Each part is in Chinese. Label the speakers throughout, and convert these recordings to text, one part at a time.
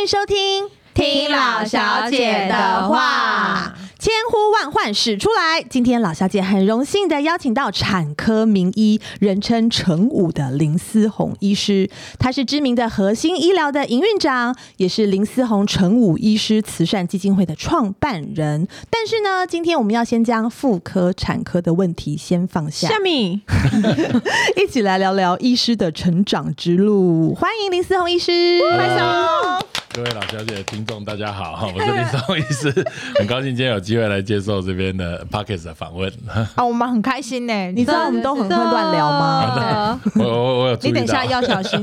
Speaker 1: 迎收听《
Speaker 2: 听老小姐的话》，
Speaker 1: 千呼万唤始出来。今天老小姐很荣幸的邀请到产科名医，人称“成武”的林思宏医师，他是知名的核心医疗的营运长，也是林思宏成武医师慈善基金会的创办人。但是呢，今天我们要先将妇科、产科的问题先放下，
Speaker 2: 米，
Speaker 1: 一起来聊聊医师的成长之路。欢迎林思宏医师，
Speaker 2: 快手，
Speaker 3: 各位老小姐、听众，大家好， 我是林松医师，很高兴今天有机会来接受这边的 Pockets 的访问。
Speaker 2: 啊，我们很开心 呢。
Speaker 1: 你知道我们都很会乱聊 吗？
Speaker 3: 我我我有注
Speaker 2: 你等
Speaker 3: 意
Speaker 2: 一
Speaker 3: 到
Speaker 2: 下，要小心。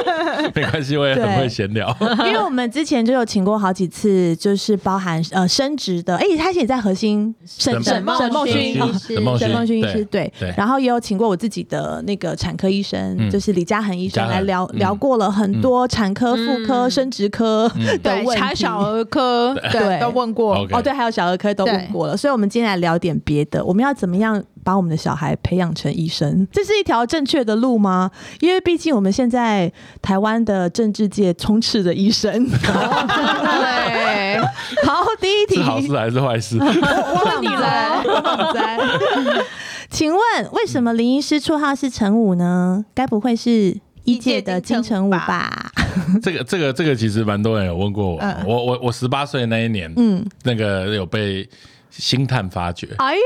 Speaker 3: 没关系，我也很会闲聊。
Speaker 1: 因为我们之前就有请过好几次，就是包含呃升职的，哎、他现在在核心沈
Speaker 3: 沈
Speaker 2: 梦
Speaker 1: 沈梦
Speaker 2: 勋
Speaker 1: 勋
Speaker 2: 医
Speaker 1: 哦
Speaker 2: 师
Speaker 3: 沈梦
Speaker 1: 沈梦勋医师对，
Speaker 3: 对
Speaker 1: 然后也有请过我自己的那个产科医生，
Speaker 3: 嗯
Speaker 1: 就是李嘉恒医生
Speaker 3: 嘉恒
Speaker 1: 来聊、
Speaker 3: 嗯
Speaker 1: 聊过了很多产科、妇科、
Speaker 2: 嗯
Speaker 1: 生殖科的问
Speaker 4: 嗯
Speaker 2: 对，
Speaker 1: 题。
Speaker 2: 查小儿科，
Speaker 1: 对
Speaker 2: 对，都问过
Speaker 3: OK。
Speaker 1: 哦，对，还有小儿科都
Speaker 2: 对
Speaker 1: 问过了，所以我们今天来聊点别的。我们要怎么样把我们的小孩培养成医生？这是一条正确的路吗？因为毕竟我们现在台湾的政治界充斥着医生。
Speaker 2: 对，
Speaker 1: 好，第一题，
Speaker 3: 是好事还是坏 事？
Speaker 2: 我问你了，
Speaker 1: 旺仔请问为什么林医师绰号是陈武呢？该不会是医界的金城武吧？
Speaker 3: 这个这个这个其实蛮多人有问过我啊
Speaker 2: 嗯，
Speaker 3: 我我我十八岁那一年，
Speaker 1: 嗯，
Speaker 3: 那个有被星探发掘。
Speaker 2: 哎呦，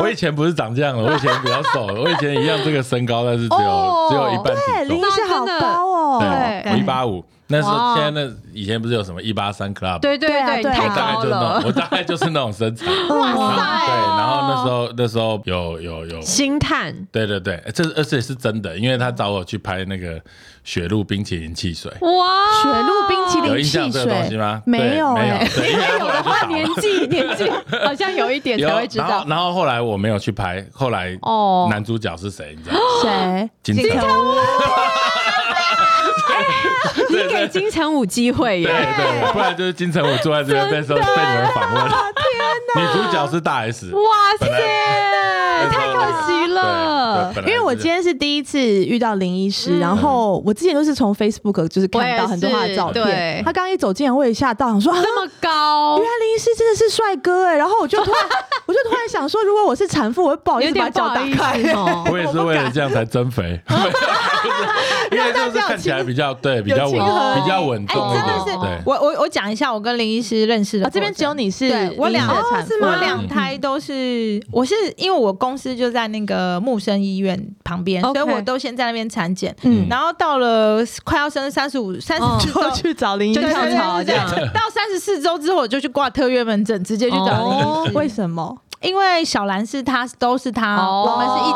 Speaker 3: 我以前不是长这样的，我以前比较瘦， 我以前一样这个身高，但是只有
Speaker 2: 哦
Speaker 3: 只有一半
Speaker 1: 对，
Speaker 3: 体
Speaker 1: 林
Speaker 3: 重
Speaker 1: 医。师好高哦。
Speaker 3: 哎对，我啊一八五。那时候
Speaker 2: 哇
Speaker 3: 现在那以前不是有什么一八三 club？
Speaker 2: 对对
Speaker 1: 对啊
Speaker 2: 对，
Speaker 1: 对啊
Speaker 2: 你
Speaker 3: 我
Speaker 2: 太
Speaker 3: 大概
Speaker 2: 高
Speaker 3: 就是那
Speaker 2: 了
Speaker 3: 种，。我大概就是那种身材。
Speaker 1: 哇
Speaker 3: 然后
Speaker 2: 塞
Speaker 3: 对，然后那时候那时候有有有，
Speaker 2: 星探，
Speaker 3: 对对对，这而且是真的，因为他找我去拍那个雪露冰淇淋汽水，
Speaker 2: 哇
Speaker 1: 雪露冰淇
Speaker 3: 有
Speaker 1: 淋
Speaker 3: 印象
Speaker 1: 汽
Speaker 3: 这个东西
Speaker 1: 水
Speaker 3: 吗？
Speaker 1: 没有
Speaker 3: 对没有
Speaker 1: 哎，
Speaker 3: 对因为后来就倒了
Speaker 2: 年纪年纪好像有一点才会
Speaker 3: 有，
Speaker 2: 知
Speaker 3: 然
Speaker 2: 道
Speaker 3: 后。然后后来我没有去拍，后来
Speaker 2: 哦
Speaker 3: 男主角是谁？你知道吗？
Speaker 1: 谁？
Speaker 3: 金城武，啊
Speaker 2: 你给金城武机会
Speaker 3: 对
Speaker 2: 耶，
Speaker 3: 对对，不然就是金城武坐在这边被受被你们访问。天哪！女主角是大 S，
Speaker 2: 哇塞
Speaker 3: 本，来
Speaker 2: 太可惜了。
Speaker 3: 对对本来
Speaker 1: 因为我
Speaker 3: 是
Speaker 1: 今天是第一次遇到林医
Speaker 3: 嗯
Speaker 1: 师，然后我之前都是从 Facebook 就是看到很多他的照
Speaker 2: 我也
Speaker 1: 片
Speaker 2: 是，
Speaker 1: 他刚一走进来我也吓到，想说啊
Speaker 2: 这么高
Speaker 1: 原，来林医师真的是帅哥哎，然后我就突然我就突然想说，如果我是产妇，我会不好意
Speaker 2: 有
Speaker 1: 思把
Speaker 2: 点不
Speaker 1: 脚
Speaker 2: 好
Speaker 1: 打
Speaker 2: 意
Speaker 1: 开。
Speaker 2: 思哦。
Speaker 3: 我也是为了这样才增肥，因为就是看起来比较对比较稳
Speaker 1: 有亲和力
Speaker 3: 比较稳
Speaker 2: 哎
Speaker 3: 重一
Speaker 2: 真的
Speaker 3: 点，
Speaker 2: 是
Speaker 3: 对。
Speaker 4: 我我我讲一下我跟林医师认识的
Speaker 1: 啊，
Speaker 4: 过
Speaker 1: 这
Speaker 4: 程、
Speaker 1: 边只有你是
Speaker 4: 对我两
Speaker 1: 林医师的产妇
Speaker 2: 哦是吗
Speaker 4: 我两胎都是，我是因为我公司就在那个木生医院旁边
Speaker 2: OK
Speaker 4: 所以我都先在那边产检。
Speaker 1: 嗯哦
Speaker 4: 然后到了快要生三十五、三十
Speaker 2: 嗯
Speaker 4: 周，
Speaker 1: 就去找林医师
Speaker 2: 就跳槽这样
Speaker 4: 对对对对到三十四周之后，我就去挂特约门诊，直接去找林医师。
Speaker 2: 哦
Speaker 1: 为什么？
Speaker 4: 因为小兰是他，都是他，
Speaker 2: 哦
Speaker 4: 我们是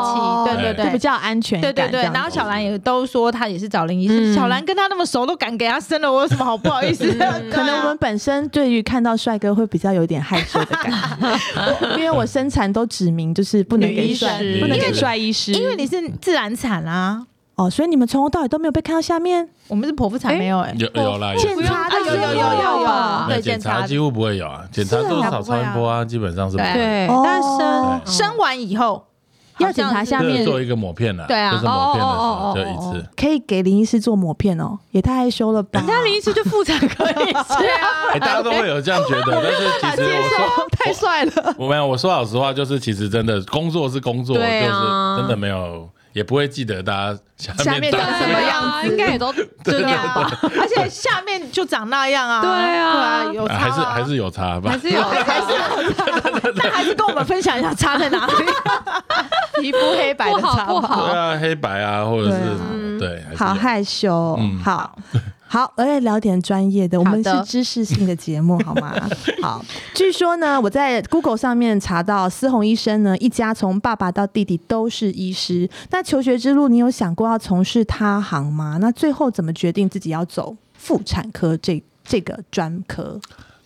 Speaker 4: 一起，对
Speaker 3: 对
Speaker 4: 对
Speaker 1: 就比
Speaker 4: 对。
Speaker 1: 较安全
Speaker 4: 对
Speaker 1: 感这
Speaker 4: 对
Speaker 1: 样子。
Speaker 4: 对，然后小兰也都说她也是找林医师，
Speaker 2: 嗯
Speaker 4: 小兰跟他那么熟，都敢给他生了，我有什么好不好意思的？ 对啊
Speaker 1: 可能我们本身对于看到帅哥会比较有点害羞的感 觉，因为我生产都指明就是不能
Speaker 2: 女
Speaker 1: 给
Speaker 2: 医
Speaker 1: 帅，
Speaker 2: 师
Speaker 1: 不能
Speaker 3: 因为
Speaker 1: 给
Speaker 3: 你
Speaker 1: 帅医师，
Speaker 4: 因为你是自然产啦、
Speaker 1: 哦，所以你们从头到尾都没有被看到下面
Speaker 4: 我们是剖腹产
Speaker 2: 诶
Speaker 4: 没有哎、
Speaker 3: 有有啦，有
Speaker 1: 检查的
Speaker 2: 不
Speaker 1: 时
Speaker 2: 用
Speaker 1: 候
Speaker 2: 啊有有有有有
Speaker 1: 吧
Speaker 3: 没有
Speaker 4: 对检
Speaker 3: 检查
Speaker 4: 查
Speaker 3: 几乎不会有啊，检查多少超音波啊，基本上是不会。
Speaker 2: 对，
Speaker 1: 哦
Speaker 4: 但生
Speaker 3: 对
Speaker 4: 生完以 后
Speaker 1: 要检查下
Speaker 3: 就是
Speaker 1: 面。
Speaker 3: 做一个抹片啦，
Speaker 4: 对啊
Speaker 3: 就是抹片
Speaker 2: 哦哦哦
Speaker 3: 的时
Speaker 2: 哦
Speaker 3: 候
Speaker 2: 哦
Speaker 3: 就一次。
Speaker 1: 可以给林医师做抹片哦，也太害羞了吧？
Speaker 2: 那林医师就妇产科医师啊，
Speaker 3: 哎，大家都会有这样觉得，但是其实我说
Speaker 1: 太帅了。
Speaker 3: 我没有，我说老实话，就是其实真的工作是工作，就
Speaker 2: 对啊
Speaker 3: 是真的没有，也不会记得大家下
Speaker 1: 下面
Speaker 3: 面
Speaker 1: 长
Speaker 3: 长
Speaker 1: 什么样
Speaker 2: 啊应该也都这
Speaker 4: 对
Speaker 2: 样吧？
Speaker 4: 啊，而且下面就长那样啊，
Speaker 2: 对啊
Speaker 4: 对啊，有差、
Speaker 3: 啊
Speaker 4: 啊
Speaker 3: 还是还是有差吧，
Speaker 2: 还是有还是有
Speaker 4: 那啊还是跟我们分享一下差在 哪里，皮肤黑白
Speaker 2: 不
Speaker 4: 的
Speaker 2: 好
Speaker 4: 差
Speaker 2: 不
Speaker 4: 吧。
Speaker 2: 好
Speaker 3: 对，啊，黑白啊，或者
Speaker 1: 对
Speaker 3: 是
Speaker 1: 啊
Speaker 3: 什
Speaker 2: 嗯
Speaker 3: 么对，还是
Speaker 1: 好
Speaker 3: 有
Speaker 1: 害羞哦，
Speaker 3: 嗯
Speaker 1: 好。 好，而且聊点专业的，我们
Speaker 2: 好
Speaker 1: 是
Speaker 2: 的
Speaker 1: 知识性的节目，好 吗？好，据说呢，我在 Google 上面查到，思宏医生呢，一家从爸爸到弟弟都是医师。那求学之路，你有想过要从事他行吗？那最后怎么决定自己要走妇产科这这个专科？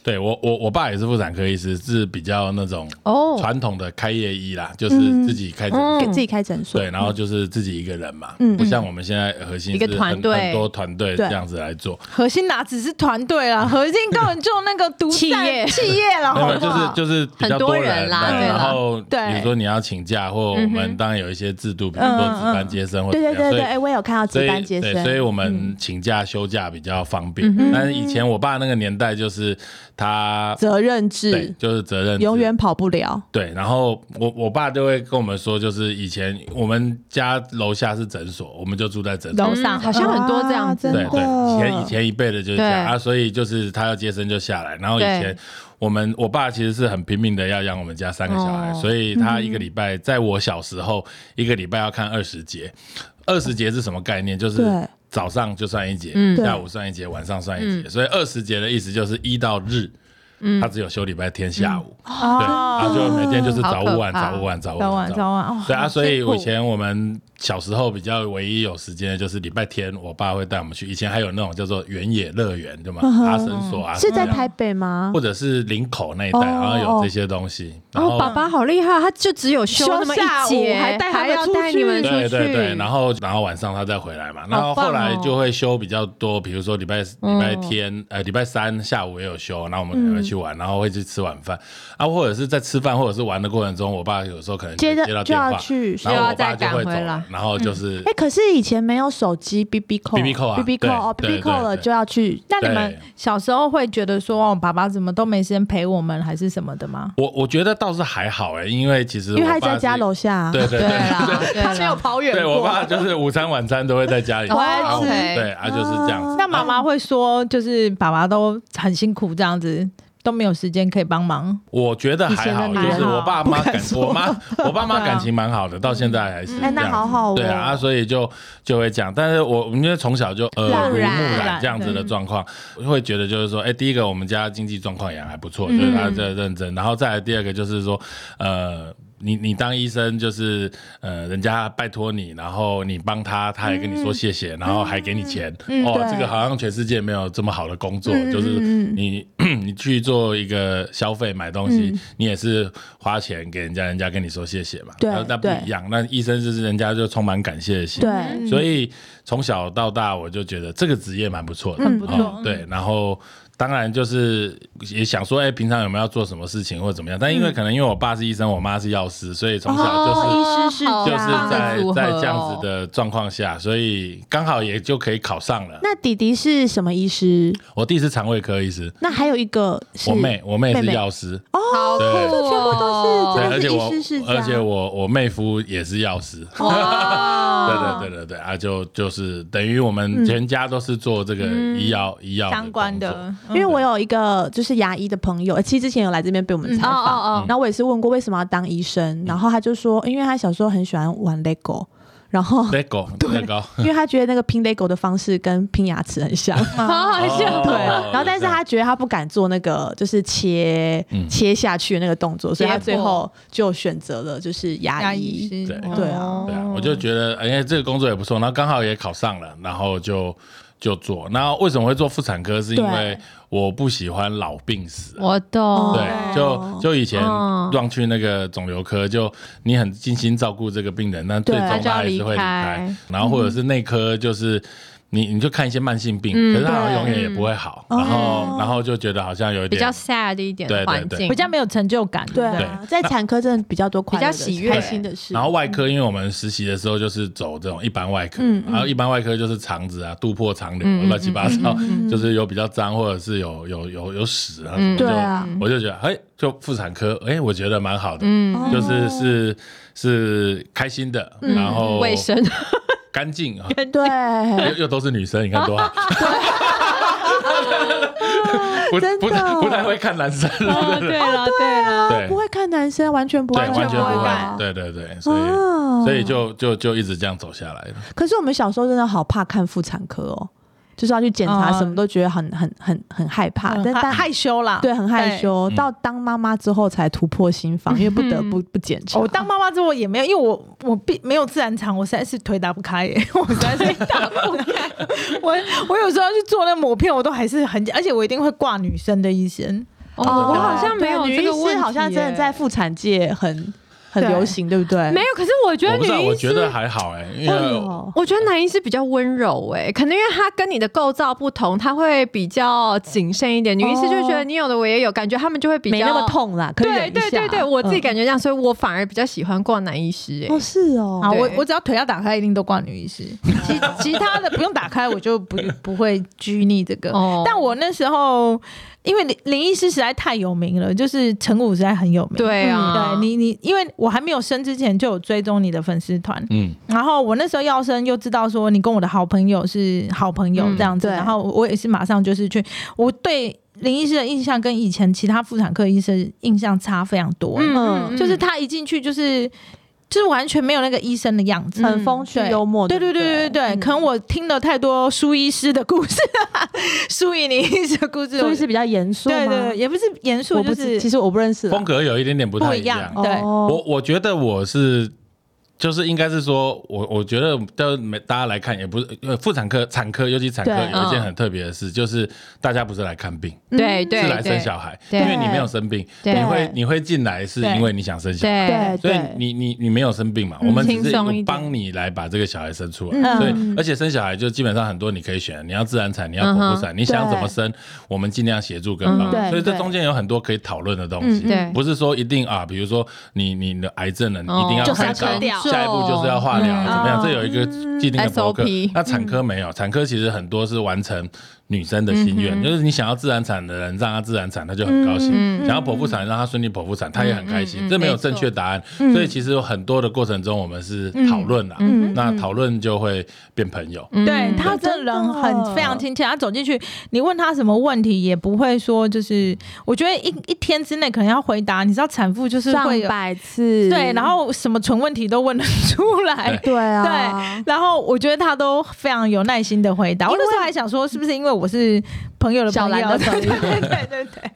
Speaker 3: 对我我我爸也是妇产科医师，是比较那种
Speaker 1: 哦
Speaker 3: 传统的开业医啦，就是自己开诊所。
Speaker 1: 给自己开诊所，
Speaker 3: 嗯对，然后就是自己一个人嘛，
Speaker 1: 嗯
Speaker 3: 不像我们现在核心
Speaker 2: 一个
Speaker 3: 是
Speaker 2: 团
Speaker 3: 很
Speaker 2: 队
Speaker 3: 很多团队
Speaker 1: 对
Speaker 3: 这样子来做，
Speaker 4: 核心哪只是团队啊，核心根本就那个独占
Speaker 2: 企业
Speaker 4: 企业了，
Speaker 3: 没
Speaker 4: 好
Speaker 3: 有，
Speaker 4: 不
Speaker 3: 就
Speaker 4: 好？
Speaker 3: 是就是比较
Speaker 2: 哦很多人
Speaker 3: 人
Speaker 2: 啦
Speaker 3: 对
Speaker 2: 对啦嗯
Speaker 3: 然后
Speaker 4: 对
Speaker 3: 比如说你要请假，或我们当然有一些制度，比如说值班接生
Speaker 1: 嗯
Speaker 3: 或
Speaker 1: 对
Speaker 3: 怎
Speaker 1: 对
Speaker 3: 么样，
Speaker 1: 对
Speaker 3: 所
Speaker 1: 对，
Speaker 3: 以
Speaker 1: 哎，我有看到
Speaker 3: 所
Speaker 1: 值
Speaker 3: 以
Speaker 1: 班接
Speaker 3: 对，所以
Speaker 1: 生，嗯
Speaker 3: 我们请假休假比较方便。但是以前我爸那个年代，就是他
Speaker 1: 责任
Speaker 3: 对
Speaker 1: 制，
Speaker 3: 就是责任制
Speaker 1: 永远跑不了。
Speaker 3: 对，然后我我爸就会跟我们说，就是以前我们家楼下是诊所，我们就住在诊所。
Speaker 2: 楼上好像很多这样子
Speaker 1: 啊，
Speaker 3: 对
Speaker 1: 真
Speaker 3: 对，
Speaker 1: 的
Speaker 3: 以前以前一辈的就是这
Speaker 2: 对
Speaker 3: 样啊，所以就是他要接生就下来，然后以
Speaker 2: 对
Speaker 3: 前我们我爸其实是很拼命的要养我们家三个小孩，
Speaker 2: 哦
Speaker 3: 所以他一个礼拜，在我小时候一个礼拜要看二十节，二十节是什么概念？就是
Speaker 1: 对
Speaker 3: 早上就算一节，
Speaker 2: 嗯
Speaker 3: 下午算一节，晚上算一节，所以二十节的意思就是一到日。他只有休礼拜天下午，对，然后就每天就是早午晚，
Speaker 2: 好可怕
Speaker 3: 早午晚，早午
Speaker 4: 早
Speaker 3: 晚，
Speaker 4: 晚
Speaker 3: 早
Speaker 4: 早
Speaker 3: 午晚。
Speaker 4: 晚哦，
Speaker 3: 对啊，
Speaker 4: 好
Speaker 3: 所以
Speaker 4: 辛苦
Speaker 3: 以前我们小时候比较唯一有时间的就是礼拜天，我爸会带我们去。以前还有那种叫做原野乐园，对吗？阿神所啊，
Speaker 1: 是在
Speaker 3: 什么的
Speaker 1: 台北吗
Speaker 3: 或？者是林口那一带，
Speaker 1: 哦
Speaker 3: 然后有这些东西。然
Speaker 2: 哦，
Speaker 3: 后
Speaker 2: 爸爸好厉害，他就只有休
Speaker 4: 休
Speaker 2: 那么一
Speaker 4: 下
Speaker 2: 节，
Speaker 4: 午还带他们
Speaker 2: 要
Speaker 4: 出
Speaker 2: 带你
Speaker 4: 去
Speaker 2: 们出
Speaker 3: 对
Speaker 2: 去，
Speaker 3: 对对，然后然后晚上他再回来嘛，然后后来就会休比较多，比如说礼拜礼拜天呃礼拜三下午也有休，然后我们可能会去玩，然后会去吃晚饭啊，或者是在吃饭或者是玩的过程中，我爸有时候可能就
Speaker 1: 接着
Speaker 3: 接到
Speaker 1: 就
Speaker 3: 电
Speaker 1: 要
Speaker 3: 话，
Speaker 1: 去，
Speaker 3: 然后我
Speaker 2: 就
Speaker 3: 爸
Speaker 2: 要再
Speaker 3: 就会
Speaker 2: 赶
Speaker 3: 走
Speaker 2: 回
Speaker 3: 了
Speaker 2: 来，
Speaker 3: 然后就是
Speaker 1: 哎，可是以前没有手机，BB 扣
Speaker 3: BB 扣啊
Speaker 1: ，BB 扣
Speaker 3: 对
Speaker 1: 哦
Speaker 3: 对
Speaker 1: ，BB 扣了
Speaker 3: 对对
Speaker 1: 就要去，
Speaker 4: 那你
Speaker 3: 对
Speaker 4: 们小时候会觉得说，哦，爸爸怎么都没时间陪我们，还是什么的吗？
Speaker 3: 我我觉得倒是还好哎，因为其实
Speaker 1: 因为
Speaker 3: 我
Speaker 1: 他
Speaker 3: 爸
Speaker 1: 在家
Speaker 3: 是
Speaker 1: 楼下啊，
Speaker 3: 对对
Speaker 2: 对
Speaker 3: 对
Speaker 2: 啦，对啦
Speaker 4: 他没有跑远
Speaker 3: 对我
Speaker 4: 过。
Speaker 3: 爸就是午餐晚餐都会在家里，
Speaker 2: 哦
Speaker 3: 然后
Speaker 2: OK
Speaker 3: 对啊就是这样子。
Speaker 4: 那妈妈会说，就是爸爸都很辛苦，这样子都没有时间可以帮忙。
Speaker 3: 我觉得还好，
Speaker 1: 以前的
Speaker 3: 就
Speaker 1: 男
Speaker 3: 是我爸妈
Speaker 4: 不敢
Speaker 3: 感，
Speaker 4: 说
Speaker 3: 我妈我爸妈感情蛮好的，到现在还是这
Speaker 1: 哎，
Speaker 3: 样
Speaker 1: 那
Speaker 3: 子。
Speaker 1: 好好哦，
Speaker 3: 对啊，啊所以就就会讲，但是我我们因为从小就呃耳濡目
Speaker 2: 染
Speaker 3: 染这样子的状况，会觉得就是说，哎，第一个我们家经济状况也还不错，就是他这认真，然后再来第二个就是说，呃。你你当医生就是呃，人家拜托你，然后你帮他，他还跟你说谢谢，然后还给你钱。哦，
Speaker 1: 对
Speaker 3: 这个好像全世界没有这么好的工作，
Speaker 1: 嗯
Speaker 3: 就是
Speaker 1: 嗯嗯
Speaker 3: 你 你去做一个消费买东西，你也是花钱给人家，人家跟你说谢谢嘛。
Speaker 1: 对
Speaker 3: 那那不
Speaker 1: 对
Speaker 3: 一样。那医生就是人家就充满感谢的心。
Speaker 2: 嗯
Speaker 1: 对，嗯
Speaker 3: 所以从小到大，我就觉得这个职业蛮不错的，
Speaker 1: 嗯
Speaker 4: 不错
Speaker 3: 哦对，然后当然就是也想说，哎、平常有没有要做什么事情或者怎么样？但因为可能因为我爸是医生，我妈是药师，所以从小就是、
Speaker 1: 嗯哦，医师世
Speaker 2: 好
Speaker 3: 就是
Speaker 1: 家。
Speaker 3: 在
Speaker 2: 这样
Speaker 3: 在
Speaker 2: 的组合哦
Speaker 3: 这样子的状况下，所以刚好也就可以考上了。
Speaker 1: 那弟弟是什么医师？
Speaker 3: 我弟是肠胃科医师，
Speaker 1: 那还有一个是
Speaker 3: 我妹我妹
Speaker 1: 妹
Speaker 3: 是
Speaker 1: 妹
Speaker 3: 药师，
Speaker 2: 好酷
Speaker 3: 对
Speaker 1: 这全部都是真
Speaker 3: 对，
Speaker 2: 哦
Speaker 1: 的
Speaker 3: 而且我
Speaker 1: 医师世家
Speaker 3: 而且我我妹夫也是药师，
Speaker 1: 哦
Speaker 2: 哇
Speaker 3: 对 对对对对啊，就就是等于我
Speaker 1: 嗯
Speaker 3: 们全家都是做这个医药、医药
Speaker 4: 相关
Speaker 3: 工作
Speaker 4: 的，嗯
Speaker 1: 因为我有一个就是牙医的朋友，呃其实之前有来这边被我们采
Speaker 2: 哦
Speaker 1: 访，
Speaker 2: 哦
Speaker 1: 然后我也是问过为什么要当医生，然后他就说，因为他小时候很喜欢玩 LEGO，然后
Speaker 3: lego lego
Speaker 1: 因为他觉得那个拼 LEGO 的方式跟拼牙齿很 像，
Speaker 2: 哦，好好笑，
Speaker 1: 对，
Speaker 3: 哦
Speaker 1: 然后但是他觉得他不敢做那个就是切、
Speaker 3: 嗯
Speaker 1: 切下去的那个动作，所以他
Speaker 4: 解
Speaker 1: 最
Speaker 4: 剖
Speaker 1: 后就选择了就是牙
Speaker 4: 牙
Speaker 1: 医。
Speaker 4: 医师，
Speaker 3: 对
Speaker 1: 对啊
Speaker 3: 对啊，我就觉得哎、这个工作也不错，然后刚好也考上了，然后就就做。那为什么会做妇产科？是因为
Speaker 1: 对
Speaker 3: 我不喜欢老病死、啊。
Speaker 2: 我懂，
Speaker 3: 对，就就以前
Speaker 2: 哦
Speaker 3: 让去那个肿瘤科，就你很尽心照顾这个病人，但最
Speaker 1: 对
Speaker 3: 终
Speaker 1: 他
Speaker 2: 就要
Speaker 3: 他还是会
Speaker 2: 离
Speaker 3: 离开
Speaker 2: 开。
Speaker 3: 然后或者是内科，就是你你就看一些慢性病，
Speaker 2: 嗯
Speaker 3: 可是他好
Speaker 1: 对
Speaker 3: 像永远也不会好。
Speaker 1: 嗯
Speaker 3: 然
Speaker 1: 哦
Speaker 3: 后然后就觉得好像有一
Speaker 2: 比
Speaker 3: 点
Speaker 2: 较 sad 一点
Speaker 3: 对对
Speaker 2: 的环
Speaker 3: 对
Speaker 2: 境，
Speaker 4: 比较没有成就感，
Speaker 1: 对
Speaker 4: 不
Speaker 3: 对
Speaker 1: 啊，在产科真的比较多快乐的
Speaker 2: 比较
Speaker 1: 事、
Speaker 2: 喜悦
Speaker 1: 开心的事。
Speaker 3: 然后外科，因为我们实习的时候就是走这种一般外科，
Speaker 1: 嗯嗯
Speaker 3: 然后一般外科就是肠子啊、肚破、肠瘤、
Speaker 2: 嗯嗯
Speaker 3: 乱七八糟，
Speaker 1: 嗯
Speaker 3: 就是有比较脏或者是有有有有屎啊，
Speaker 2: 嗯
Speaker 3: 什么
Speaker 1: 对
Speaker 3: 就
Speaker 1: 啊
Speaker 3: 我就觉得，哎，就妇产科，哎，我觉得蛮好的，
Speaker 2: 嗯，
Speaker 3: 就是
Speaker 1: 哦
Speaker 3: 是是开心的，然后
Speaker 2: 卫生，
Speaker 3: 干净啊，
Speaker 1: 对，
Speaker 3: 又又都是女生，你看多好。 不
Speaker 1: 真的
Speaker 3: 不太不太会看男生，
Speaker 4: 哦对
Speaker 2: 啊
Speaker 4: 了对了，
Speaker 3: 对
Speaker 1: 不会看男生，完全不会
Speaker 3: 对，
Speaker 1: 看，
Speaker 3: 完全不
Speaker 1: 啊
Speaker 3: 会，。对对对，所以
Speaker 1: 哦
Speaker 3: 所以就就就一直这样走下来了。
Speaker 1: 可是我们小时候真的好怕看妇产科哦，就是要去检查，
Speaker 4: 哦
Speaker 1: 什么都觉得很很很很害怕，但
Speaker 4: 很
Speaker 1: 但
Speaker 4: 害羞啦，
Speaker 1: 对很害羞，
Speaker 3: 对
Speaker 1: 到当妈妈之后才突破心防，因为不得
Speaker 2: 嗯
Speaker 1: 不不检查。
Speaker 4: 哦我当妈妈之后也没有，因为我我并没有自然产，我实在是腿打不开耶、 我实在是打不开。 我我有时候要去做那抹片，我都还是很紧，而且我一定会挂女生的医生。
Speaker 2: 哦，
Speaker 3: 哦
Speaker 2: 我好像
Speaker 1: 对啊
Speaker 2: 没有
Speaker 1: 女
Speaker 2: 这个
Speaker 1: 医
Speaker 2: 问
Speaker 1: 师
Speaker 2: 题，
Speaker 1: 好像真的在。妇产界很很流行，对不对？
Speaker 2: 没有，可是我觉得
Speaker 3: 我不
Speaker 2: 女
Speaker 3: 知道，我
Speaker 2: 医
Speaker 3: 觉得
Speaker 2: 师，
Speaker 3: 还好哎、因
Speaker 1: 哎
Speaker 3: 为
Speaker 1: 呦
Speaker 2: 我觉得男医师比较温柔哎、可能因为他跟你的构造不同，他会比较谨慎一点。女医师就觉得你有的我也有，感觉他们就会比较
Speaker 1: 没那么。痛啦，可以忍
Speaker 2: 对
Speaker 1: 一下
Speaker 2: 对对对，我自己
Speaker 1: 嗯
Speaker 2: 感觉这样，所以我反而比较喜欢逛男医师哎、
Speaker 1: 哦是哦，
Speaker 4: 啊，我
Speaker 2: 对
Speaker 4: 我只要腿要打开，一定都挂女医师。其其他的不用打开，我就不不会拘泥这个。
Speaker 2: 哦
Speaker 4: 但我那时候因为林林医师实在太有名了，就是陈武实在很有名。嗯
Speaker 2: 对啊，
Speaker 4: 对你你，因为我还没有生之前就有追踪你的粉丝团，
Speaker 3: 嗯，
Speaker 4: 然后我那时候要生又知道说你跟我的好朋友是好朋友
Speaker 2: 嗯
Speaker 4: 这样子，
Speaker 1: 对
Speaker 4: 然后我也是马上就是去，我对林医师的印象跟以前其他妇产科医生印象差非常多，
Speaker 1: 嗯
Speaker 4: 就是他一进去就是就是完全没有那个医生的样子。
Speaker 1: 很风趣
Speaker 4: 对
Speaker 1: 幽默，
Speaker 4: 对
Speaker 1: 嗯对
Speaker 4: 对
Speaker 1: 不
Speaker 4: 对对对对，
Speaker 1: 嗯
Speaker 4: 可能我听了太多苏医师的故事， 苏以宁医师的故事，
Speaker 1: 所以是比较严肃吗？
Speaker 4: 对对对，也不是严肃，
Speaker 1: 我不
Speaker 4: 就
Speaker 1: 知
Speaker 4: 是
Speaker 1: 其实我不认识啦
Speaker 3: 风格有一点点不
Speaker 4: 不
Speaker 3: 太
Speaker 4: 一
Speaker 3: 一
Speaker 4: 样
Speaker 3: 样。
Speaker 4: 对
Speaker 1: 哦
Speaker 3: 我我觉得我是，就是应该是说，我我觉得都每大家来看也不是，因为妇产科、产科，尤其产科
Speaker 1: 对
Speaker 3: 有一件
Speaker 2: 嗯
Speaker 3: 很特别的事，就是大家不是来看病，
Speaker 2: 对
Speaker 1: 嗯
Speaker 2: 对
Speaker 3: 是来
Speaker 2: 对
Speaker 3: 生小孩，
Speaker 2: 对
Speaker 3: 因为你没有生病，
Speaker 2: 对
Speaker 3: 你会你会进来是
Speaker 4: 对
Speaker 3: 因为你想生小孩。
Speaker 1: 对
Speaker 2: 对
Speaker 3: 所以
Speaker 1: 对
Speaker 3: 你你你没有生病嘛？我们只
Speaker 2: 嗯轻
Speaker 3: 是
Speaker 2: 松一点
Speaker 3: 帮你来把这个小孩生出来，
Speaker 4: 嗯
Speaker 3: 所以而且生小孩就基本上很多你可以选，你要自然产，你要
Speaker 2: 嗯哼
Speaker 3: 剖腹产，你想怎么生，我们尽量协助跟
Speaker 2: 嗯
Speaker 3: 帮
Speaker 1: 对。
Speaker 3: 所以这
Speaker 1: 对
Speaker 3: 中间有很多可以讨论的东西
Speaker 2: 嗯，对
Speaker 3: 不是说一定啊，比如说你你的癌症了，你
Speaker 2: 哦
Speaker 3: 一定要
Speaker 4: 就是要
Speaker 3: 开刀
Speaker 4: 吃掉，
Speaker 3: 下一步就是要化疗，
Speaker 2: 嗯
Speaker 3: 怎么样？
Speaker 4: 哦
Speaker 3: 这有一个既定的博客
Speaker 2: SOP。
Speaker 3: 那产科没有，产科其实很多是完成女生的心愿，就是你想要自然产的人，让她自然产，她就很高兴；
Speaker 2: 嗯
Speaker 3: 想要剖腹产，让她顺利剖腹产，她也很开心。
Speaker 2: 嗯嗯嗯
Speaker 3: 这没有正确答案，
Speaker 1: 嗯
Speaker 3: 所以其实有很多的过程中，我们是讨论啦，
Speaker 1: 嗯
Speaker 3: 那讨论就会变朋友。
Speaker 4: 对
Speaker 2: 嗯
Speaker 4: 他真的人
Speaker 1: 真的
Speaker 4: 很非常亲切，他走进去，你问他什么问题也不会说，就是我觉得一一天之内可能要回答，你知道产妇就是
Speaker 1: 上
Speaker 4: 会有
Speaker 1: 百次，
Speaker 4: 对，然后什么蠢问题都问得出来。
Speaker 1: 对啊
Speaker 4: 对，， 然后我觉得他都非常有耐心的回答。我那时候还想说，是不是因为我是朋友的
Speaker 1: 小
Speaker 4: 朋
Speaker 1: 兰
Speaker 4: 友？
Speaker 1: 的朋友
Speaker 4: 对 对对对对，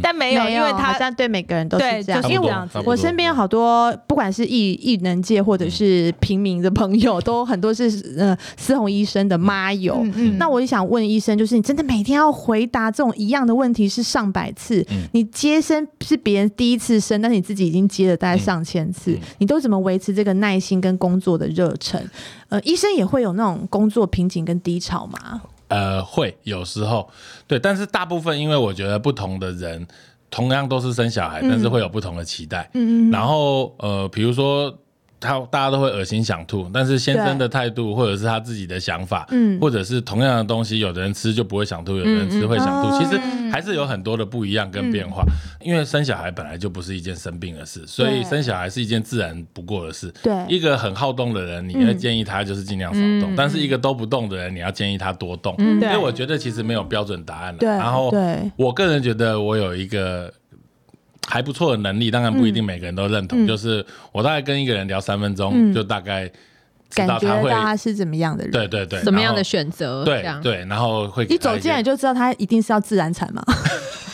Speaker 4: 但没有，因为
Speaker 1: 好
Speaker 4: 他
Speaker 1: 像对每个人都
Speaker 4: 对
Speaker 1: 是这样
Speaker 4: 就，
Speaker 3: 差
Speaker 4: 是
Speaker 1: 因
Speaker 3: 不
Speaker 1: 为
Speaker 3: 多
Speaker 4: 这样子
Speaker 3: 差不多
Speaker 1: 我身边好多，不管是艺艺能界或者是平民的朋友，都很多是呃思红医生的妈友。
Speaker 4: 嗯嗯
Speaker 1: 那我也想问医生，就是你真的每天要回答这种一样的问题是上百次，
Speaker 3: 嗯
Speaker 1: 你接生是别人第一次生，但是你自己已经接了大概上千次，
Speaker 3: 嗯嗯
Speaker 1: 你都怎么维持这个耐心跟工作的热忱？呃，医生也会有那种工作瓶颈跟低潮嘛？
Speaker 3: 呃，会有时候对，但是大部分因为我觉得不同的人同样都是生小孩，但是会有不同的期待。
Speaker 1: 嗯
Speaker 3: 然后呃，比如说他大家都会恶心想吐，但是先生的态度或者是他自己的想法，
Speaker 1: 嗯
Speaker 3: 或者是同样的东西，有的人吃就不会想吐，有的人吃会想吐，
Speaker 1: 嗯嗯嗯
Speaker 3: 其实还是有很多的不一样跟变化。因为生小孩本来就不是一件生病的事，所以
Speaker 1: 对
Speaker 3: 生小孩是一件自然不过的事。
Speaker 1: 对嗯
Speaker 3: 一个很好动的人，你要建议他就是尽量少动；但是一个都不动的人，你要建议他多动。
Speaker 2: 嗯
Speaker 4: 对
Speaker 3: 所以我觉得其实没有标准答案
Speaker 1: 嗯
Speaker 3: 了。
Speaker 1: 对
Speaker 3: 啊然后
Speaker 1: 对
Speaker 3: 我个人觉得我有一个还不错的能力，当然不
Speaker 1: 嗯
Speaker 3: 一定每个人都认同。就是我大概跟一个人聊三分钟，就大概知
Speaker 1: 嗯感
Speaker 3: 道
Speaker 1: 觉
Speaker 3: 他
Speaker 1: 到
Speaker 3: 会
Speaker 1: 他是怎么样的人？
Speaker 3: 对对对
Speaker 2: 什么样的
Speaker 3: 然后
Speaker 2: 选择？这样
Speaker 3: 对对，然后会给
Speaker 1: 一
Speaker 3: 他
Speaker 1: 走进来
Speaker 3: 个
Speaker 1: 你就知道他一定是要自然产嘛？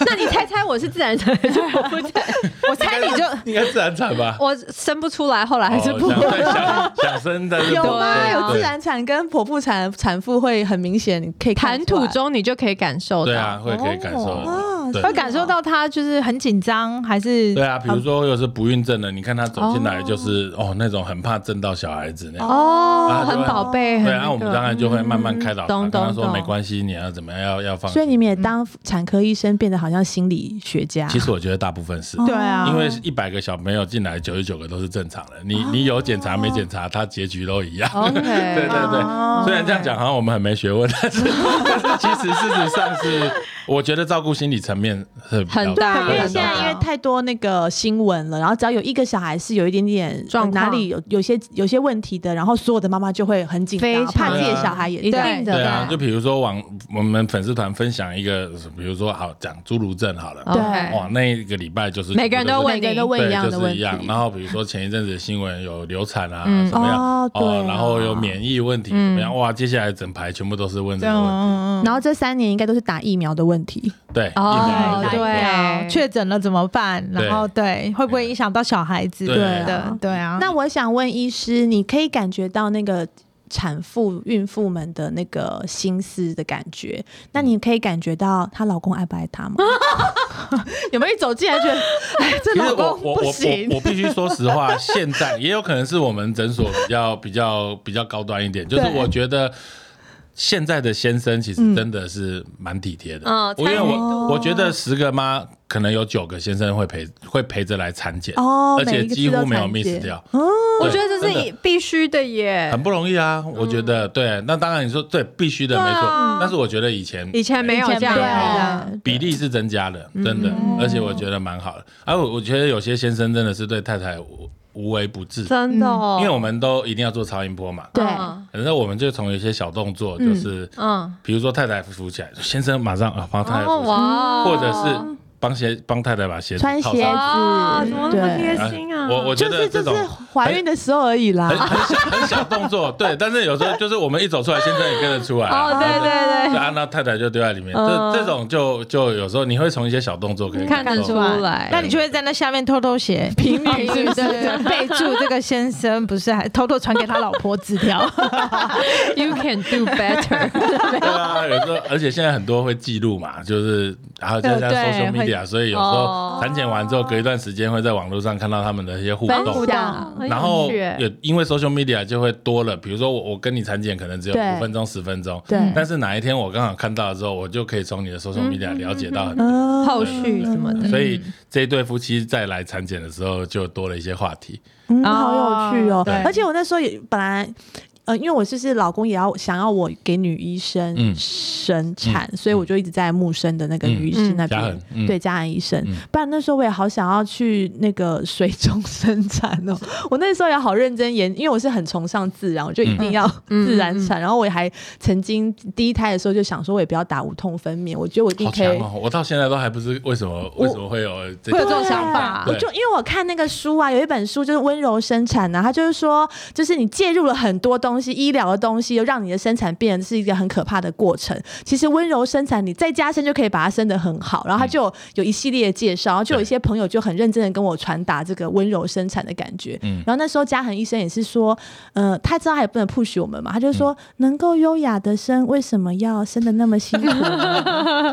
Speaker 2: 那你猜猜我是自然产还是 剖腹产？
Speaker 4: 我猜你就
Speaker 3: 应该自然产吧。
Speaker 2: 我生不出来，后来还是
Speaker 3: 哦
Speaker 2: 不
Speaker 3: 想对想想生但 是
Speaker 1: 有
Speaker 3: 不
Speaker 1: 吗？
Speaker 2: 对
Speaker 1: 有自
Speaker 3: 对
Speaker 1: 然产跟剖腹产，产妇会很明显可以看
Speaker 2: 谈
Speaker 1: 出
Speaker 2: 吐
Speaker 1: 来
Speaker 2: 中你就可以感受到。
Speaker 3: 对啊，会可以感受得
Speaker 1: 哦
Speaker 3: 到。
Speaker 1: 是
Speaker 3: 对
Speaker 4: 会感受到他就是很紧张，还是
Speaker 3: 对啊，比如说又是不孕症的，你看他走进来就是哦那种很怕震到小孩子那样。
Speaker 2: 哦
Speaker 3: 啊，
Speaker 2: 很宝贝，
Speaker 3: 对
Speaker 2: 很
Speaker 3: 啊，
Speaker 2: 那
Speaker 3: 我们
Speaker 2: 个
Speaker 3: 当然就会慢
Speaker 1: 嗯
Speaker 3: 慢开导他，
Speaker 2: 懂
Speaker 3: 跟他
Speaker 2: 懂
Speaker 3: 说
Speaker 2: 懂，
Speaker 3: 没关系，你要怎么样要要放。
Speaker 1: 所以你们也当产科医生，变得好像心理学家。
Speaker 3: 嗯其实我觉得大部分
Speaker 1: 哦
Speaker 3: 是。
Speaker 4: 对啊，
Speaker 3: 因为一百个小朋友进来，九十九个都是正常人。
Speaker 1: 哦
Speaker 3: 你你有检查没检查，他结局都一样。
Speaker 2: OK，
Speaker 1: 哦
Speaker 3: 对对对，虽然这样讲好像我们很没学问，但是但是其实事实上是我觉得照顾心理层面是比较
Speaker 1: 很大
Speaker 3: 对
Speaker 1: 因为
Speaker 3: 很
Speaker 1: 现在
Speaker 3: 大
Speaker 1: 因为太多那个新闻了，然后只要有一个小孩是有一点点
Speaker 2: 状况
Speaker 1: 哪里有有些有些问题的，然后所有的妈妈就会很紧
Speaker 2: 非
Speaker 1: 张，
Speaker 2: 常
Speaker 1: 怕自己的
Speaker 3: 对啊
Speaker 1: 小孩也
Speaker 2: 一定的
Speaker 3: 对啊，
Speaker 2: 对
Speaker 3: 就比如说网我们粉丝团分享一个，比如说好讲侏儒症好了，
Speaker 1: 对
Speaker 2: 哦 OK
Speaker 3: 哇，那一个礼拜就是
Speaker 2: 每个人都
Speaker 3: 问。
Speaker 1: 每个人都问
Speaker 3: 对，
Speaker 1: 一样的
Speaker 3: 就是
Speaker 1: 问
Speaker 3: 一
Speaker 1: 题，
Speaker 3: 样。然后比如说前一阵子的新闻有流产啊，
Speaker 2: 嗯
Speaker 3: 怎么样？
Speaker 1: 哦对啊
Speaker 3: 然后有免疫问题怎么样？哇，接下来整排全部都是问这
Speaker 4: 这
Speaker 3: 个
Speaker 4: 样
Speaker 3: 问题。
Speaker 4: 嗯嗯嗯
Speaker 1: 然后这三年应该都是打疫苗的问题，
Speaker 3: 对，
Speaker 2: 哦
Speaker 3: 疫苗
Speaker 2: 对
Speaker 4: 啊确诊了怎么办？
Speaker 3: 对
Speaker 4: 然后对，会不会影响到小孩子？
Speaker 3: 对
Speaker 1: 啊
Speaker 4: 的，对啊。
Speaker 1: 那我想问医师，你可以感觉到那个产妇、孕妇们的那个心思的感觉？那你可以感觉到她老公爱不爱她吗？ 有没有一走进来觉得，哎，这
Speaker 3: 其实
Speaker 1: 老
Speaker 3: 我
Speaker 1: 公
Speaker 3: 我我
Speaker 1: 不
Speaker 3: 我
Speaker 1: 行？
Speaker 3: 我必须说实话， 现在也有可能是我们诊所比较比较比较高端一点，就是
Speaker 4: 对
Speaker 3: 我觉得。现在的先生其
Speaker 1: 嗯
Speaker 3: 实真的是蛮体贴的，
Speaker 2: 嗯
Speaker 3: 我因为
Speaker 2: 参与
Speaker 3: 我
Speaker 1: 度
Speaker 3: 我觉得十个妈可能有九个先生会陪会陪着来产检，
Speaker 1: 哦
Speaker 3: 而
Speaker 1: 每
Speaker 3: 且
Speaker 1: 一个
Speaker 3: 几
Speaker 1: 字都
Speaker 3: 乎没有
Speaker 1: 产
Speaker 3: miss
Speaker 1: 检嗯
Speaker 3: 掉。对
Speaker 2: 我觉得这
Speaker 3: 真的
Speaker 2: 是必须的耶
Speaker 3: 很。不容易啊，我觉
Speaker 1: 嗯
Speaker 3: 得、对。那当然你说对，必须的、
Speaker 2: 对啊
Speaker 3: 没错。但是我觉得以前
Speaker 2: 以前没有这样
Speaker 4: 以前没有
Speaker 2: 的，
Speaker 3: 比例是增加
Speaker 1: 嗯
Speaker 3: 了，真的，而且我觉得蛮好的。而、啊、我我觉得有些先生真的是对太太无无微不至，
Speaker 2: 真的哦。
Speaker 3: 嗯因为我们都一定要做超音波嘛。
Speaker 1: 对
Speaker 2: 嗯
Speaker 3: 反正我们就从有些小动作，就是、
Speaker 2: 嗯，
Speaker 3: 比如说太太扶起来，先生马上啊帮太太
Speaker 2: 哦
Speaker 3: 扶起来，
Speaker 2: 哇，
Speaker 3: 或者是帮鞋帮太太把鞋子
Speaker 1: 穿
Speaker 3: 套
Speaker 1: 鞋
Speaker 3: 上。
Speaker 2: 哇，哦怎么那么
Speaker 1: 对
Speaker 2: 贴
Speaker 3: 啊
Speaker 2: 心啊？
Speaker 3: 我我觉
Speaker 1: 就
Speaker 3: 得
Speaker 1: 是
Speaker 3: 这
Speaker 1: 就
Speaker 3: 种哎
Speaker 1: 是怀孕的时候而已
Speaker 3: 很
Speaker 1: 啦。
Speaker 3: 很小很小动 作，对，但是有时候就是我们一走出来，先生也跟着出来啊，
Speaker 2: 哦，对对
Speaker 3: 对啊，那太太就丢在里面，
Speaker 2: 嗯
Speaker 3: 这这种就就有时候你会从一些小动作可以
Speaker 2: 对，看
Speaker 3: 感
Speaker 2: 得
Speaker 3: 受
Speaker 2: 出
Speaker 3: 到
Speaker 2: 来。
Speaker 4: 那你就会在那下面偷偷写评
Speaker 2: 语是不是
Speaker 4: 备注这个先生不是还偷偷传给他老婆纸 条？
Speaker 2: You can do better，
Speaker 3: 对啊，有时候而且现在很多会记录嘛，就是还有加上
Speaker 4: 对对
Speaker 3: social
Speaker 4: 会
Speaker 3: media，所以有时
Speaker 2: 哦
Speaker 3: 候产检完之后，隔一段时间会在网络上看到他们的一些互
Speaker 1: 分
Speaker 3: 动
Speaker 1: 享。
Speaker 2: 很
Speaker 3: 然
Speaker 2: 有
Speaker 3: 后
Speaker 2: 趣耶
Speaker 3: 也因为 social media 就会多了，比如说我我跟你产检可能只有
Speaker 1: 对
Speaker 3: 五分钟十分钟，
Speaker 1: 对，
Speaker 3: 但是哪一天我刚好看到了之后，我就可以从你的 social media
Speaker 2: 嗯
Speaker 3: 了解到很多。
Speaker 1: 嗯
Speaker 2: 后续什么的，
Speaker 3: 所以这一对夫妻再来产检的时候，就多了一些话题。
Speaker 1: 嗯，
Speaker 4: 哦
Speaker 1: 好有趣哦
Speaker 3: 对！
Speaker 1: 而且我那时候也本来。呃，因为我就是老公也要想要我给女医生
Speaker 3: 嗯
Speaker 1: 生产，所以我就一直在木生的那个女医师那边、
Speaker 3: 嗯嘉恒嗯
Speaker 1: 对家人医生。
Speaker 3: 嗯
Speaker 1: 不然那时候我也好想要去那个水中生产 哦，我那时候也好认真研，因为我是很崇尚自然，我就一定要
Speaker 2: 嗯
Speaker 1: 自然产。然后我也还曾经第一胎的时候就想说，我也不要打无痛分娩，我觉得我一定
Speaker 3: 好
Speaker 1: 可
Speaker 3: 强
Speaker 1: 以
Speaker 3: 哦！我到现在都还不知为什么为什么会有这
Speaker 4: 会有这种想法
Speaker 1: 我
Speaker 3: 对
Speaker 1: 就因为我看那个书啊，有一本书就是温柔生产啊，它就是说，就是你介入了很多东西，医疗的东西，又让你的生产变成是一个很可怕的过程。其实温柔生产，你在家生就可以把它生得很好。然后
Speaker 3: 嗯
Speaker 1: 它就有有一系列的介绍，然后就有一些朋友就很认真的跟我传达这个温柔生产的感觉。
Speaker 3: 嗯
Speaker 1: 然后那时候嘉恒医生也是说，呃，他知道他也不能 push 我们嘛，他就
Speaker 3: 嗯
Speaker 1: 说、能够优雅的生，为什么要生的那么辛苦呢？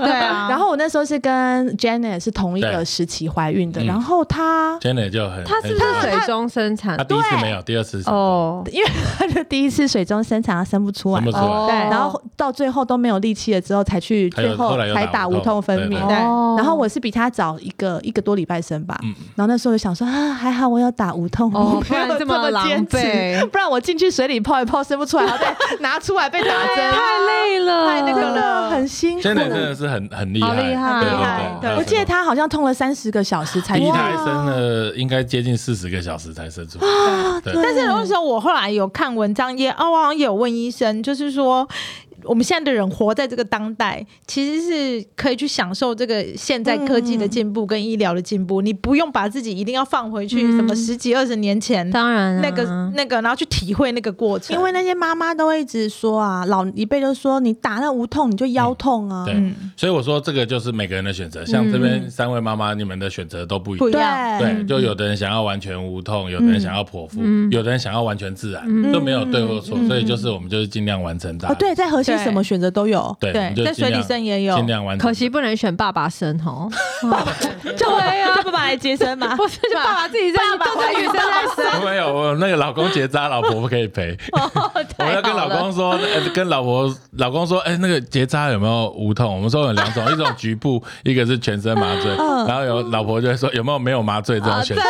Speaker 4: 对啊，
Speaker 1: 然后我那时候是跟 Janet 是同一个
Speaker 3: 对
Speaker 1: 时期怀孕的，
Speaker 3: 嗯
Speaker 1: 然后她
Speaker 3: Jenny 就很
Speaker 2: 他是不
Speaker 3: 很
Speaker 2: 是
Speaker 3: 喜欢
Speaker 2: 水中生产
Speaker 3: 他？第一次没有，第二次是
Speaker 2: 哦
Speaker 1: 因为她的第一次水中生产，她生不出来
Speaker 3: 分不，出来。
Speaker 2: 哦，
Speaker 4: 对
Speaker 1: 然后到最后都没有力气了之后，才去
Speaker 3: 还有
Speaker 1: 最后
Speaker 3: 后来有
Speaker 1: 才
Speaker 3: 打
Speaker 1: 打
Speaker 3: 无
Speaker 1: 无
Speaker 3: 痛
Speaker 1: 痛分
Speaker 3: 对
Speaker 1: 娩
Speaker 3: 对。
Speaker 4: 对
Speaker 2: 哦
Speaker 1: 然后我是比她早一个一个多礼拜生吧，
Speaker 3: 嗯
Speaker 1: 然后那时候就想说啊，还好我有打无痛，
Speaker 2: 哦
Speaker 1: 我
Speaker 2: 不然
Speaker 1: 没有
Speaker 2: 这么
Speaker 1: 么
Speaker 2: 狼
Speaker 1: 坚持
Speaker 2: 狈
Speaker 1: 不然我进去水里泡一泡生不 出来，然后再拿出来被打针，
Speaker 2: 太累了，
Speaker 4: 太那个
Speaker 1: 真的很辛苦。
Speaker 3: Jenny 真的是很很厉
Speaker 2: 好
Speaker 3: 害，
Speaker 2: 厉害
Speaker 3: 对
Speaker 4: 哦
Speaker 3: 对对。
Speaker 1: 我记得她好像痛了三十个小时才
Speaker 3: 第一
Speaker 1: 出
Speaker 3: 胎
Speaker 1: 来
Speaker 3: 生了应该接近四十个小时才生出来，对
Speaker 4: 但是那时候我后来有看文章也，哦，我好像也有问医生，就是说。我们现在的人活在这个当代，其实是可以去享受这个现在科技的进步跟医疗的进步，你不用把自己一定要放回去
Speaker 2: 嗯
Speaker 4: 什么十几二十年前、
Speaker 2: 当然啊
Speaker 4: 那个那个，然后去体会那个过 程。
Speaker 1: 因为那些妈妈都会一直说啊，老一辈就说你打那无痛你就腰痛啊，
Speaker 3: 嗯对，所以我说这个就是每个人的选择。像这边三位妈妈，你们的选择都不一
Speaker 4: 不一
Speaker 3: 样。
Speaker 4: 样
Speaker 1: 对
Speaker 3: 对，就有的人想要完全无痛，有的人想要剖腹，有的人想要完全自然，都没有对或错。所以就是我们就是尽量完成大
Speaker 1: 哦
Speaker 3: 家。
Speaker 1: 对，在核心什么选择都有，
Speaker 3: 对，我们就
Speaker 4: 在水
Speaker 3: 尽
Speaker 4: 里
Speaker 3: 量
Speaker 4: 生也有
Speaker 3: 尽量完成。
Speaker 2: 可惜不能选爸爸生哦，
Speaker 4: 叫我叫爸爸来接生 嘛，
Speaker 2: 不是就爸爸自己在都在女生在 生，
Speaker 3: 没有，我那个老公结扎，老婆不可以陪。 我要跟老公说，呃跟老婆老公说，哎、那个结扎有没有无痛？我们说有两种，一种局部， 一个是全身麻醉。
Speaker 1: 嗯
Speaker 3: 然后有老婆
Speaker 1: 啊
Speaker 3: 就会说有没有没有麻醉这种选项？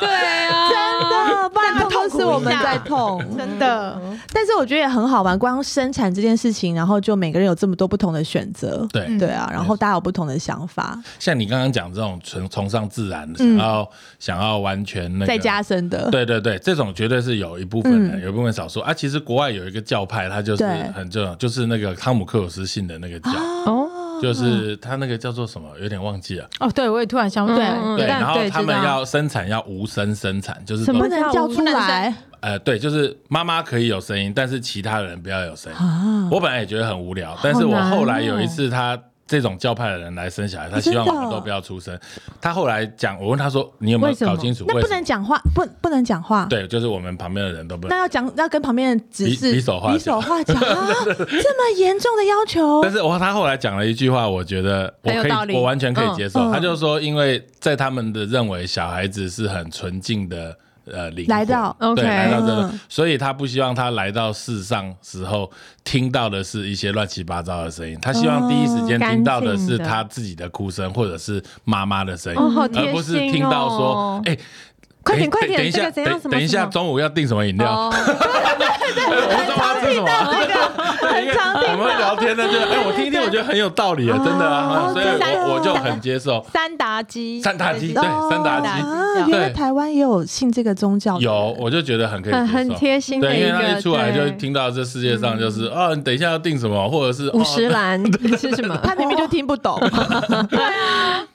Speaker 2: 对啊，
Speaker 1: 真的，不然
Speaker 4: 那个
Speaker 1: 痛
Speaker 4: 痛
Speaker 1: 是
Speaker 4: 苦
Speaker 1: 我们在痛，
Speaker 4: 真的。
Speaker 1: 但是我觉得也很好玩，光生产这件事情，然后就每个人有这么多不同的选择，
Speaker 3: 对，
Speaker 1: 对啊，然后大家有不同的想法，
Speaker 3: 像你刚刚讲这种崇崇尚自然，
Speaker 1: 嗯
Speaker 3: 想要想要完全那个
Speaker 1: 在家生的，
Speaker 3: 对对对，这种绝对是有一部分的，
Speaker 1: 嗯
Speaker 3: 有一部分少数啊。其实国外有一个教派，它就是
Speaker 1: 对
Speaker 3: 很这种，就是那个汤姆克鲁斯信的那个教，
Speaker 1: 哦
Speaker 3: 就是他那个叫做什么，有点忘记了。
Speaker 4: 哦，对，我也突然想
Speaker 2: 对
Speaker 4: 对，
Speaker 3: 对，
Speaker 2: 但
Speaker 3: 然后
Speaker 2: 对
Speaker 3: 他
Speaker 2: 知
Speaker 3: 们
Speaker 2: 道
Speaker 3: 要生产要无声生产，就是
Speaker 2: 什
Speaker 3: 说
Speaker 1: 不
Speaker 2: 么
Speaker 1: 能叫出来
Speaker 3: 呃，对，就是妈妈可以有声音，但是其他人不要有声音。
Speaker 1: 啊，
Speaker 3: 我本来也觉得很无聊，但是我后来有一次他。这种教派的人来生小孩，他希望我
Speaker 1: 哦真
Speaker 3: 们
Speaker 1: 的
Speaker 3: 都不要出声。他后来讲，我问他说：“你有没有
Speaker 2: 为什么
Speaker 3: 搞清楚
Speaker 1: 那
Speaker 3: 为
Speaker 1: 不
Speaker 3: 什么
Speaker 1: 能讲话，不不能讲话，？”
Speaker 3: 对，就是我们旁边的人都不能
Speaker 1: 那。要讲，要跟旁边人指示
Speaker 3: 比比手画脚
Speaker 1: 画脚啊，这么严重的要求
Speaker 3: 但，是我他后来讲了一句话，我觉得我
Speaker 2: 很有
Speaker 3: 可
Speaker 2: 道理
Speaker 3: 以，我完全可以接受。
Speaker 1: 嗯嗯
Speaker 3: 他就说，因为在他们的认为，小孩子是很纯净的呃灵魂
Speaker 1: 来到
Speaker 3: 对
Speaker 2: OK
Speaker 3: 来到这个
Speaker 1: 嗯，
Speaker 3: 所以他不希望他来到世上时候听到的是一些乱七八糟的声音，他希望第一时间
Speaker 2: 嗯
Speaker 3: 听到的
Speaker 2: 干
Speaker 3: 是
Speaker 2: 净的
Speaker 3: 他自己的哭声或者是妈妈的声音，
Speaker 2: 哦，好贴心
Speaker 3: 而
Speaker 2: 哦！
Speaker 3: 不是听到说哎。
Speaker 2: 快点
Speaker 3: 等
Speaker 2: 快点
Speaker 3: 等一
Speaker 2: 这
Speaker 3: 下，
Speaker 2: 个怎样
Speaker 3: 等
Speaker 2: 什么
Speaker 3: 等一下，
Speaker 2: 什么
Speaker 3: 中午要订什么饮料？
Speaker 2: 哦，
Speaker 3: 我知道他吃什么，对，因为我们会聊天呢，就哎，我听一听，我觉得很有道理啊，真的啊，
Speaker 1: 哦
Speaker 3: 所以
Speaker 1: 真的
Speaker 3: 我我就很接受。
Speaker 4: 三达基，
Speaker 3: 三达基
Speaker 4: 对
Speaker 1: 哦
Speaker 3: 三达
Speaker 4: 基
Speaker 1: 啊，
Speaker 4: 对
Speaker 1: 原来台湾也有信这个宗教的人，
Speaker 3: 有，我就觉得很可以接
Speaker 2: 很
Speaker 3: 受，
Speaker 2: 很贴心的
Speaker 3: 对，因
Speaker 2: 一
Speaker 3: 为他
Speaker 2: 个，
Speaker 3: 一出来就
Speaker 2: 对嗯
Speaker 3: 听到这世界上就是哦，你等一下要订什么，或者是
Speaker 2: 五十。
Speaker 3: 哦
Speaker 2: 岚 是什么？
Speaker 1: 他明明就听不 懂。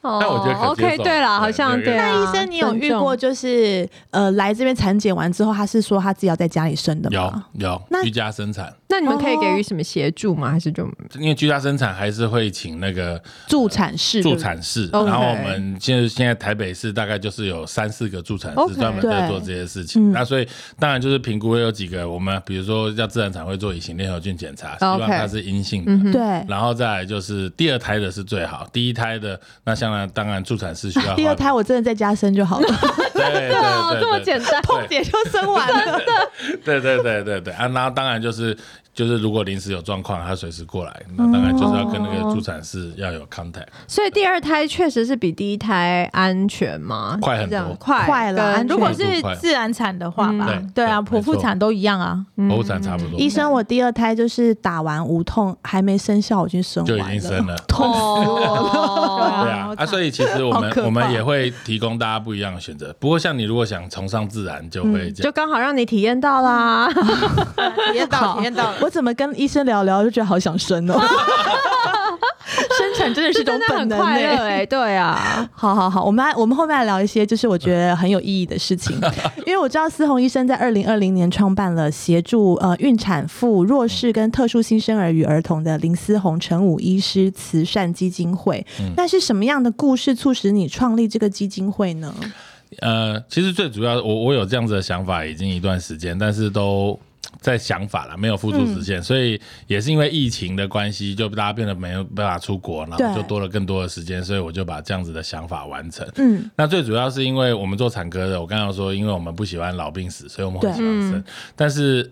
Speaker 2: 哦
Speaker 3: 但我觉得可接
Speaker 2: OK，
Speaker 3: 受
Speaker 2: 对了，
Speaker 3: 对
Speaker 2: 好像
Speaker 3: 对
Speaker 2: 对啊。
Speaker 1: 那医生，你有遇过
Speaker 2: 尊重
Speaker 1: 就是呃来这边产检完之后，他是说他自己要在家里生的
Speaker 3: 有
Speaker 1: 吗？那
Speaker 3: 有居家生产，
Speaker 2: 那你们可以给予什么协助吗？还是就
Speaker 3: 因为居家生产还是会请那个
Speaker 1: 助产士，
Speaker 3: 助产士，
Speaker 2: OK
Speaker 3: 然后我们现在现在台北市大概就是有三四个助产
Speaker 2: OK
Speaker 3: 士专门在做这些事情。
Speaker 1: 嗯
Speaker 3: 那所以当然就是评估会有几个，我们比如说要自然产会做乙型链球菌检查，希望
Speaker 2: OK 嗯
Speaker 3: 它是阴性的。
Speaker 1: 对不对。
Speaker 3: 然后再来就是第二胎的是最好，第一胎的那当然当然助产士需要
Speaker 1: 啊第二胎
Speaker 3: 花
Speaker 1: 我真的在家生就好了，
Speaker 3: 对对
Speaker 2: 哦
Speaker 3: 对，
Speaker 2: 这么
Speaker 3: 对
Speaker 2: 简单？
Speaker 1: 碰 姐就生完了。
Speaker 3: 对对对对对啊，那当然就是就是如果临时有状况，他随时过来，那当然就是要跟那个助产士要有 contact，
Speaker 2: 所以第二胎确实是比第一胎安全吗？
Speaker 3: 快很
Speaker 2: 这样
Speaker 3: 多
Speaker 2: 快
Speaker 1: 快了
Speaker 2: 跟
Speaker 1: 安全
Speaker 4: 如果
Speaker 3: 速度
Speaker 4: 是
Speaker 3: 快
Speaker 4: 自然产的话吧
Speaker 3: 嗯，
Speaker 4: 对啊，
Speaker 3: 对
Speaker 4: 剖腹
Speaker 3: 没错
Speaker 4: 产都一样啊。
Speaker 3: 剖腹产差不多
Speaker 1: 医生，我第二胎就是打完无痛，还没生效，我已经生
Speaker 3: 就已
Speaker 1: 完
Speaker 3: 经生了。
Speaker 1: 痛死我了。
Speaker 3: 对啊
Speaker 2: 哦，
Speaker 4: 好，惨
Speaker 3: 啊，所以其实我
Speaker 1: 好
Speaker 3: 们
Speaker 1: 可怕
Speaker 3: 我们也会提供大家不一样的选择。不过像你如果想崇尚自然，就会这
Speaker 2: 就
Speaker 3: 样。
Speaker 2: 刚好让你体验到 啦。
Speaker 4: 体验到，
Speaker 1: 好
Speaker 4: 体验到了。
Speaker 1: 我怎么跟医生聊聊就觉得好想生哦。 生产真的是
Speaker 2: 这
Speaker 1: 种
Speaker 2: 真的
Speaker 1: 本
Speaker 2: 很
Speaker 1: 能
Speaker 2: 快
Speaker 1: 欸
Speaker 2: 乐哎，对啊，
Speaker 1: 好好好，我们来我们后面来聊一些就是我觉得很有意义的事 情，因为我知道思红医生在二零二零年创办了协助呃孕产妇、弱势跟特殊新生儿与儿童的林思红陈武医师慈善基金会。
Speaker 3: 嗯
Speaker 1: 那是什么样的故事促使你创立这个基金会呢？
Speaker 3: 呃，其实最主要，我我有这样子的想法已经一段时间，但是都。在想法了，没有付诸实现，所以也是因为疫情的关系，就大家变得没有办法出国，然
Speaker 1: 对
Speaker 3: 后就多了更多的时间，所以我就把这样子的想法完成。
Speaker 1: 嗯，
Speaker 3: 那最主要是因为我们做产科的，我刚刚说，因为我们不喜欢老病死，所以我们会
Speaker 1: 对
Speaker 3: 喜欢生，但是。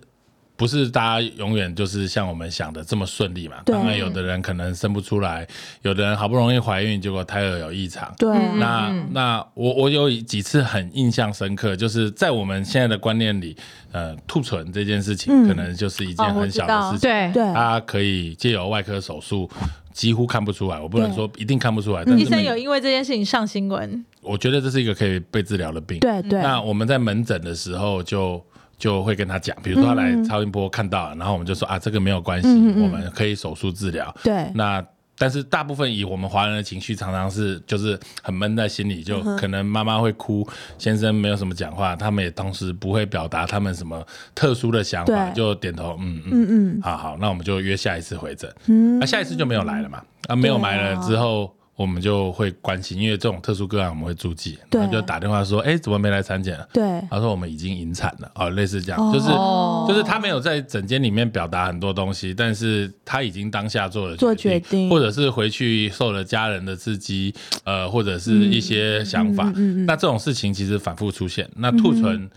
Speaker 3: 不是大家永远就是像我们想的这么顺利嘛？
Speaker 1: 对
Speaker 3: 当然，有的人可能生不出来，有的人好不容易怀孕，结果胎儿有异常。
Speaker 1: 对，
Speaker 3: 那
Speaker 1: 嗯
Speaker 3: 那我我有几次很印象深刻，就是在我们现在的观念里，呃，兔唇这件事情
Speaker 1: 嗯
Speaker 3: 可能就是一件
Speaker 4: 哦我
Speaker 3: 很
Speaker 4: 知
Speaker 3: 小的
Speaker 4: 道
Speaker 3: 事情，
Speaker 2: 对
Speaker 1: 对，
Speaker 3: 它可以借由外科手术几乎看不出来，我不能
Speaker 1: 对嗯
Speaker 3: 说一定看不出来，但
Speaker 4: 医
Speaker 3: 是
Speaker 4: 生
Speaker 3: 每
Speaker 4: 有因为这件事情上新闻，
Speaker 3: 我觉得这是一个可以被治疗的病。
Speaker 1: 对对，
Speaker 3: 嗯那我们在门诊的时候就。就会跟他讲，比如说他来
Speaker 1: 嗯
Speaker 3: 超音波看到了，然后我们就说啊，这个没有关系，
Speaker 1: 嗯嗯嗯
Speaker 3: 我们可以手术治疗。
Speaker 1: 对，
Speaker 3: 那但是大部分以我们华人的情绪，常常是就是很闷在心里，就
Speaker 1: 嗯
Speaker 3: 可能妈妈会哭，先生没有什么讲话，他们也同时不会表达他们什么特殊的想法，
Speaker 1: 对
Speaker 3: 就点头，嗯嗯，
Speaker 1: 嗯嗯
Speaker 3: 好好，那我们就约下一次回诊，
Speaker 1: 嗯
Speaker 3: 那、，下一次就没有来了嘛，啊没有来了之后。我们就会关心，因为这种特殊个案我们会注记，
Speaker 1: 对
Speaker 3: 然后就打电话说：“哎、怎么没来产检啊？”
Speaker 1: 对，
Speaker 3: 他说：“我们已经引产了。”哦，类似这样，就是
Speaker 1: 哦
Speaker 3: 就是他没有在整间里面表达很多东西，但是他已经当下做了
Speaker 1: 做决
Speaker 3: 决
Speaker 1: 定
Speaker 3: 或者是回去受了家人的刺激，呃，或者是一些想法。
Speaker 1: 嗯嗯嗯
Speaker 3: 那这种事情其实反复出现。那兔唇。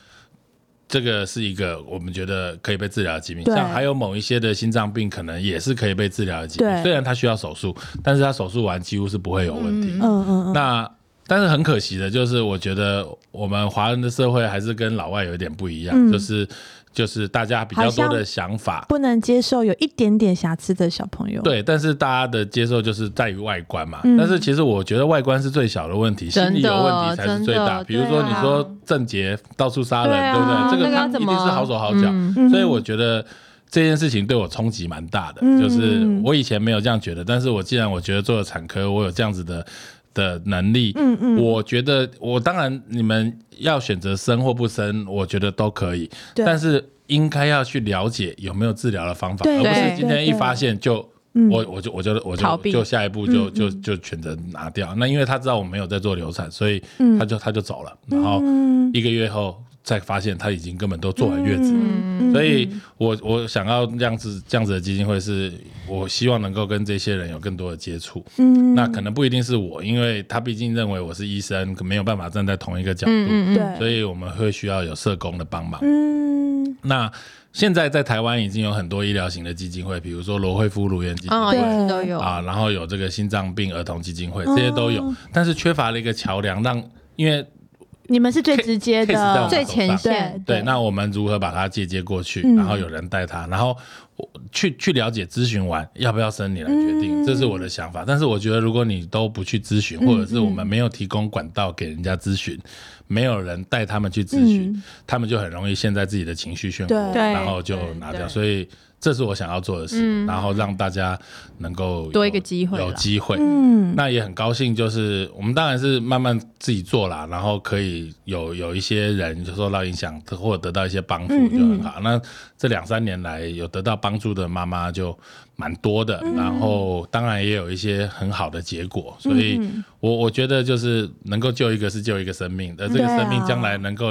Speaker 3: 这个是一个我们觉得可以被治疗的疾病，
Speaker 1: 对
Speaker 3: 像还有某一些的心脏病，可能也是可以被治疗的疾病
Speaker 1: 对。
Speaker 3: 虽然它需要手术，但是它手术完几乎是不会有问题。
Speaker 1: 嗯嗯嗯，
Speaker 3: 那但是很可惜的就是，我觉得我们华人的社会还是跟老外有一点不一样，
Speaker 1: 嗯
Speaker 3: 就是就是大家比较多
Speaker 1: 好
Speaker 3: 的
Speaker 1: 像
Speaker 3: 想法。
Speaker 1: 不能接受有一点点瑕疵的小朋友。，
Speaker 3: 对，但是大家的接受就是在于外观嘛。
Speaker 1: 嗯
Speaker 3: 但是其实我觉得外观是最小的问题，心理
Speaker 2: 真的
Speaker 3: 有问题才是最
Speaker 2: 真
Speaker 3: 大。
Speaker 2: 的
Speaker 3: 比如说
Speaker 2: 对啊
Speaker 3: 你说郑杰到处杀人，
Speaker 2: 对啊
Speaker 3: 对不对？这
Speaker 2: 那个要
Speaker 3: 他
Speaker 2: 怎
Speaker 3: 一定
Speaker 2: 么
Speaker 3: 是好手好脚。
Speaker 2: 嗯
Speaker 1: 嗯
Speaker 3: 所以我觉得这件事情对我冲击蛮大的，
Speaker 1: 嗯
Speaker 3: 就是我以前没有这样觉得，但是我既然我觉得做了产科，我有这样子的的能力，
Speaker 1: 嗯嗯
Speaker 3: 我觉得我当然你们要选择生或不生，我觉得都可以，
Speaker 1: 对
Speaker 3: 但是应该要去了解有没有治疗的方法，
Speaker 1: 对
Speaker 3: 而不
Speaker 2: 对
Speaker 3: 是今天一
Speaker 1: 对
Speaker 3: 发现就。
Speaker 1: 嗯
Speaker 3: 我我就我就我
Speaker 2: 逃
Speaker 3: 就
Speaker 2: 避
Speaker 3: 就下一步就就就选择拿掉。那因为他知道我没有在做流产，所以
Speaker 1: 嗯
Speaker 3: 他就他就走了。然后
Speaker 1: 嗯
Speaker 3: 一个月后再发现他已经根本都坐完呃月子了。
Speaker 1: 嗯
Speaker 3: 所以我我想要这样子这样子的基金会是，我希望能够跟这些人有更多的接触。
Speaker 1: 嗯
Speaker 3: 那可能不一定是我，因为他毕竟认为我是医生，没有办法站在同一个角度，
Speaker 2: 嗯嗯嗯，
Speaker 1: 对，
Speaker 3: 所以我们会需要有社工的帮忙。
Speaker 1: 嗯
Speaker 3: 那现在在台湾已经有很多医疗型的基金会，比如说罗惠夫乳源基金
Speaker 2: 嗯，
Speaker 3: 会。
Speaker 2: 一直都有
Speaker 3: 啊，然后有这个心脏病儿童基金会，这些都有，
Speaker 1: 哦
Speaker 3: 但是缺乏了一个桥梁，让因为
Speaker 1: 你们是最直接
Speaker 3: case 在我
Speaker 1: 的，
Speaker 3: 们
Speaker 2: 最前
Speaker 3: 手
Speaker 1: 对
Speaker 2: 线。
Speaker 3: 对，那我们如何把它借接过去，
Speaker 1: 嗯
Speaker 3: 然后有人带他，然后我去去了解咨询完要不要生，你来决定，
Speaker 1: 嗯
Speaker 3: 这是我的想法。但是我觉得，如果你都不去咨询，
Speaker 2: 嗯
Speaker 3: 或者是我们没有提供管道给人家咨询，没有人带他们去咨询，
Speaker 1: 嗯
Speaker 3: 他们就很容易陷在自己的情绪漩
Speaker 1: 对
Speaker 3: 涡，
Speaker 1: 对
Speaker 3: 然后就拿掉。所以这是我想要做的事，
Speaker 2: 嗯
Speaker 3: 然后让大家能够有
Speaker 2: 多一个机会啦
Speaker 3: 有机会。
Speaker 1: 嗯
Speaker 3: 那也很高兴，就是我们当然是慢慢自己做啦，然后可以有有一些人就受到影响，或者得到一些帮助
Speaker 1: 嗯
Speaker 3: 就很好。那这两三年来有得到帮助的妈妈就蛮多的，然后当然也有一些很好的结果，
Speaker 1: 嗯
Speaker 3: 所以我我觉得就是能够救一个是救一个生命，而这
Speaker 1: 对
Speaker 3: 个
Speaker 1: 啊
Speaker 3: 生命将来能够。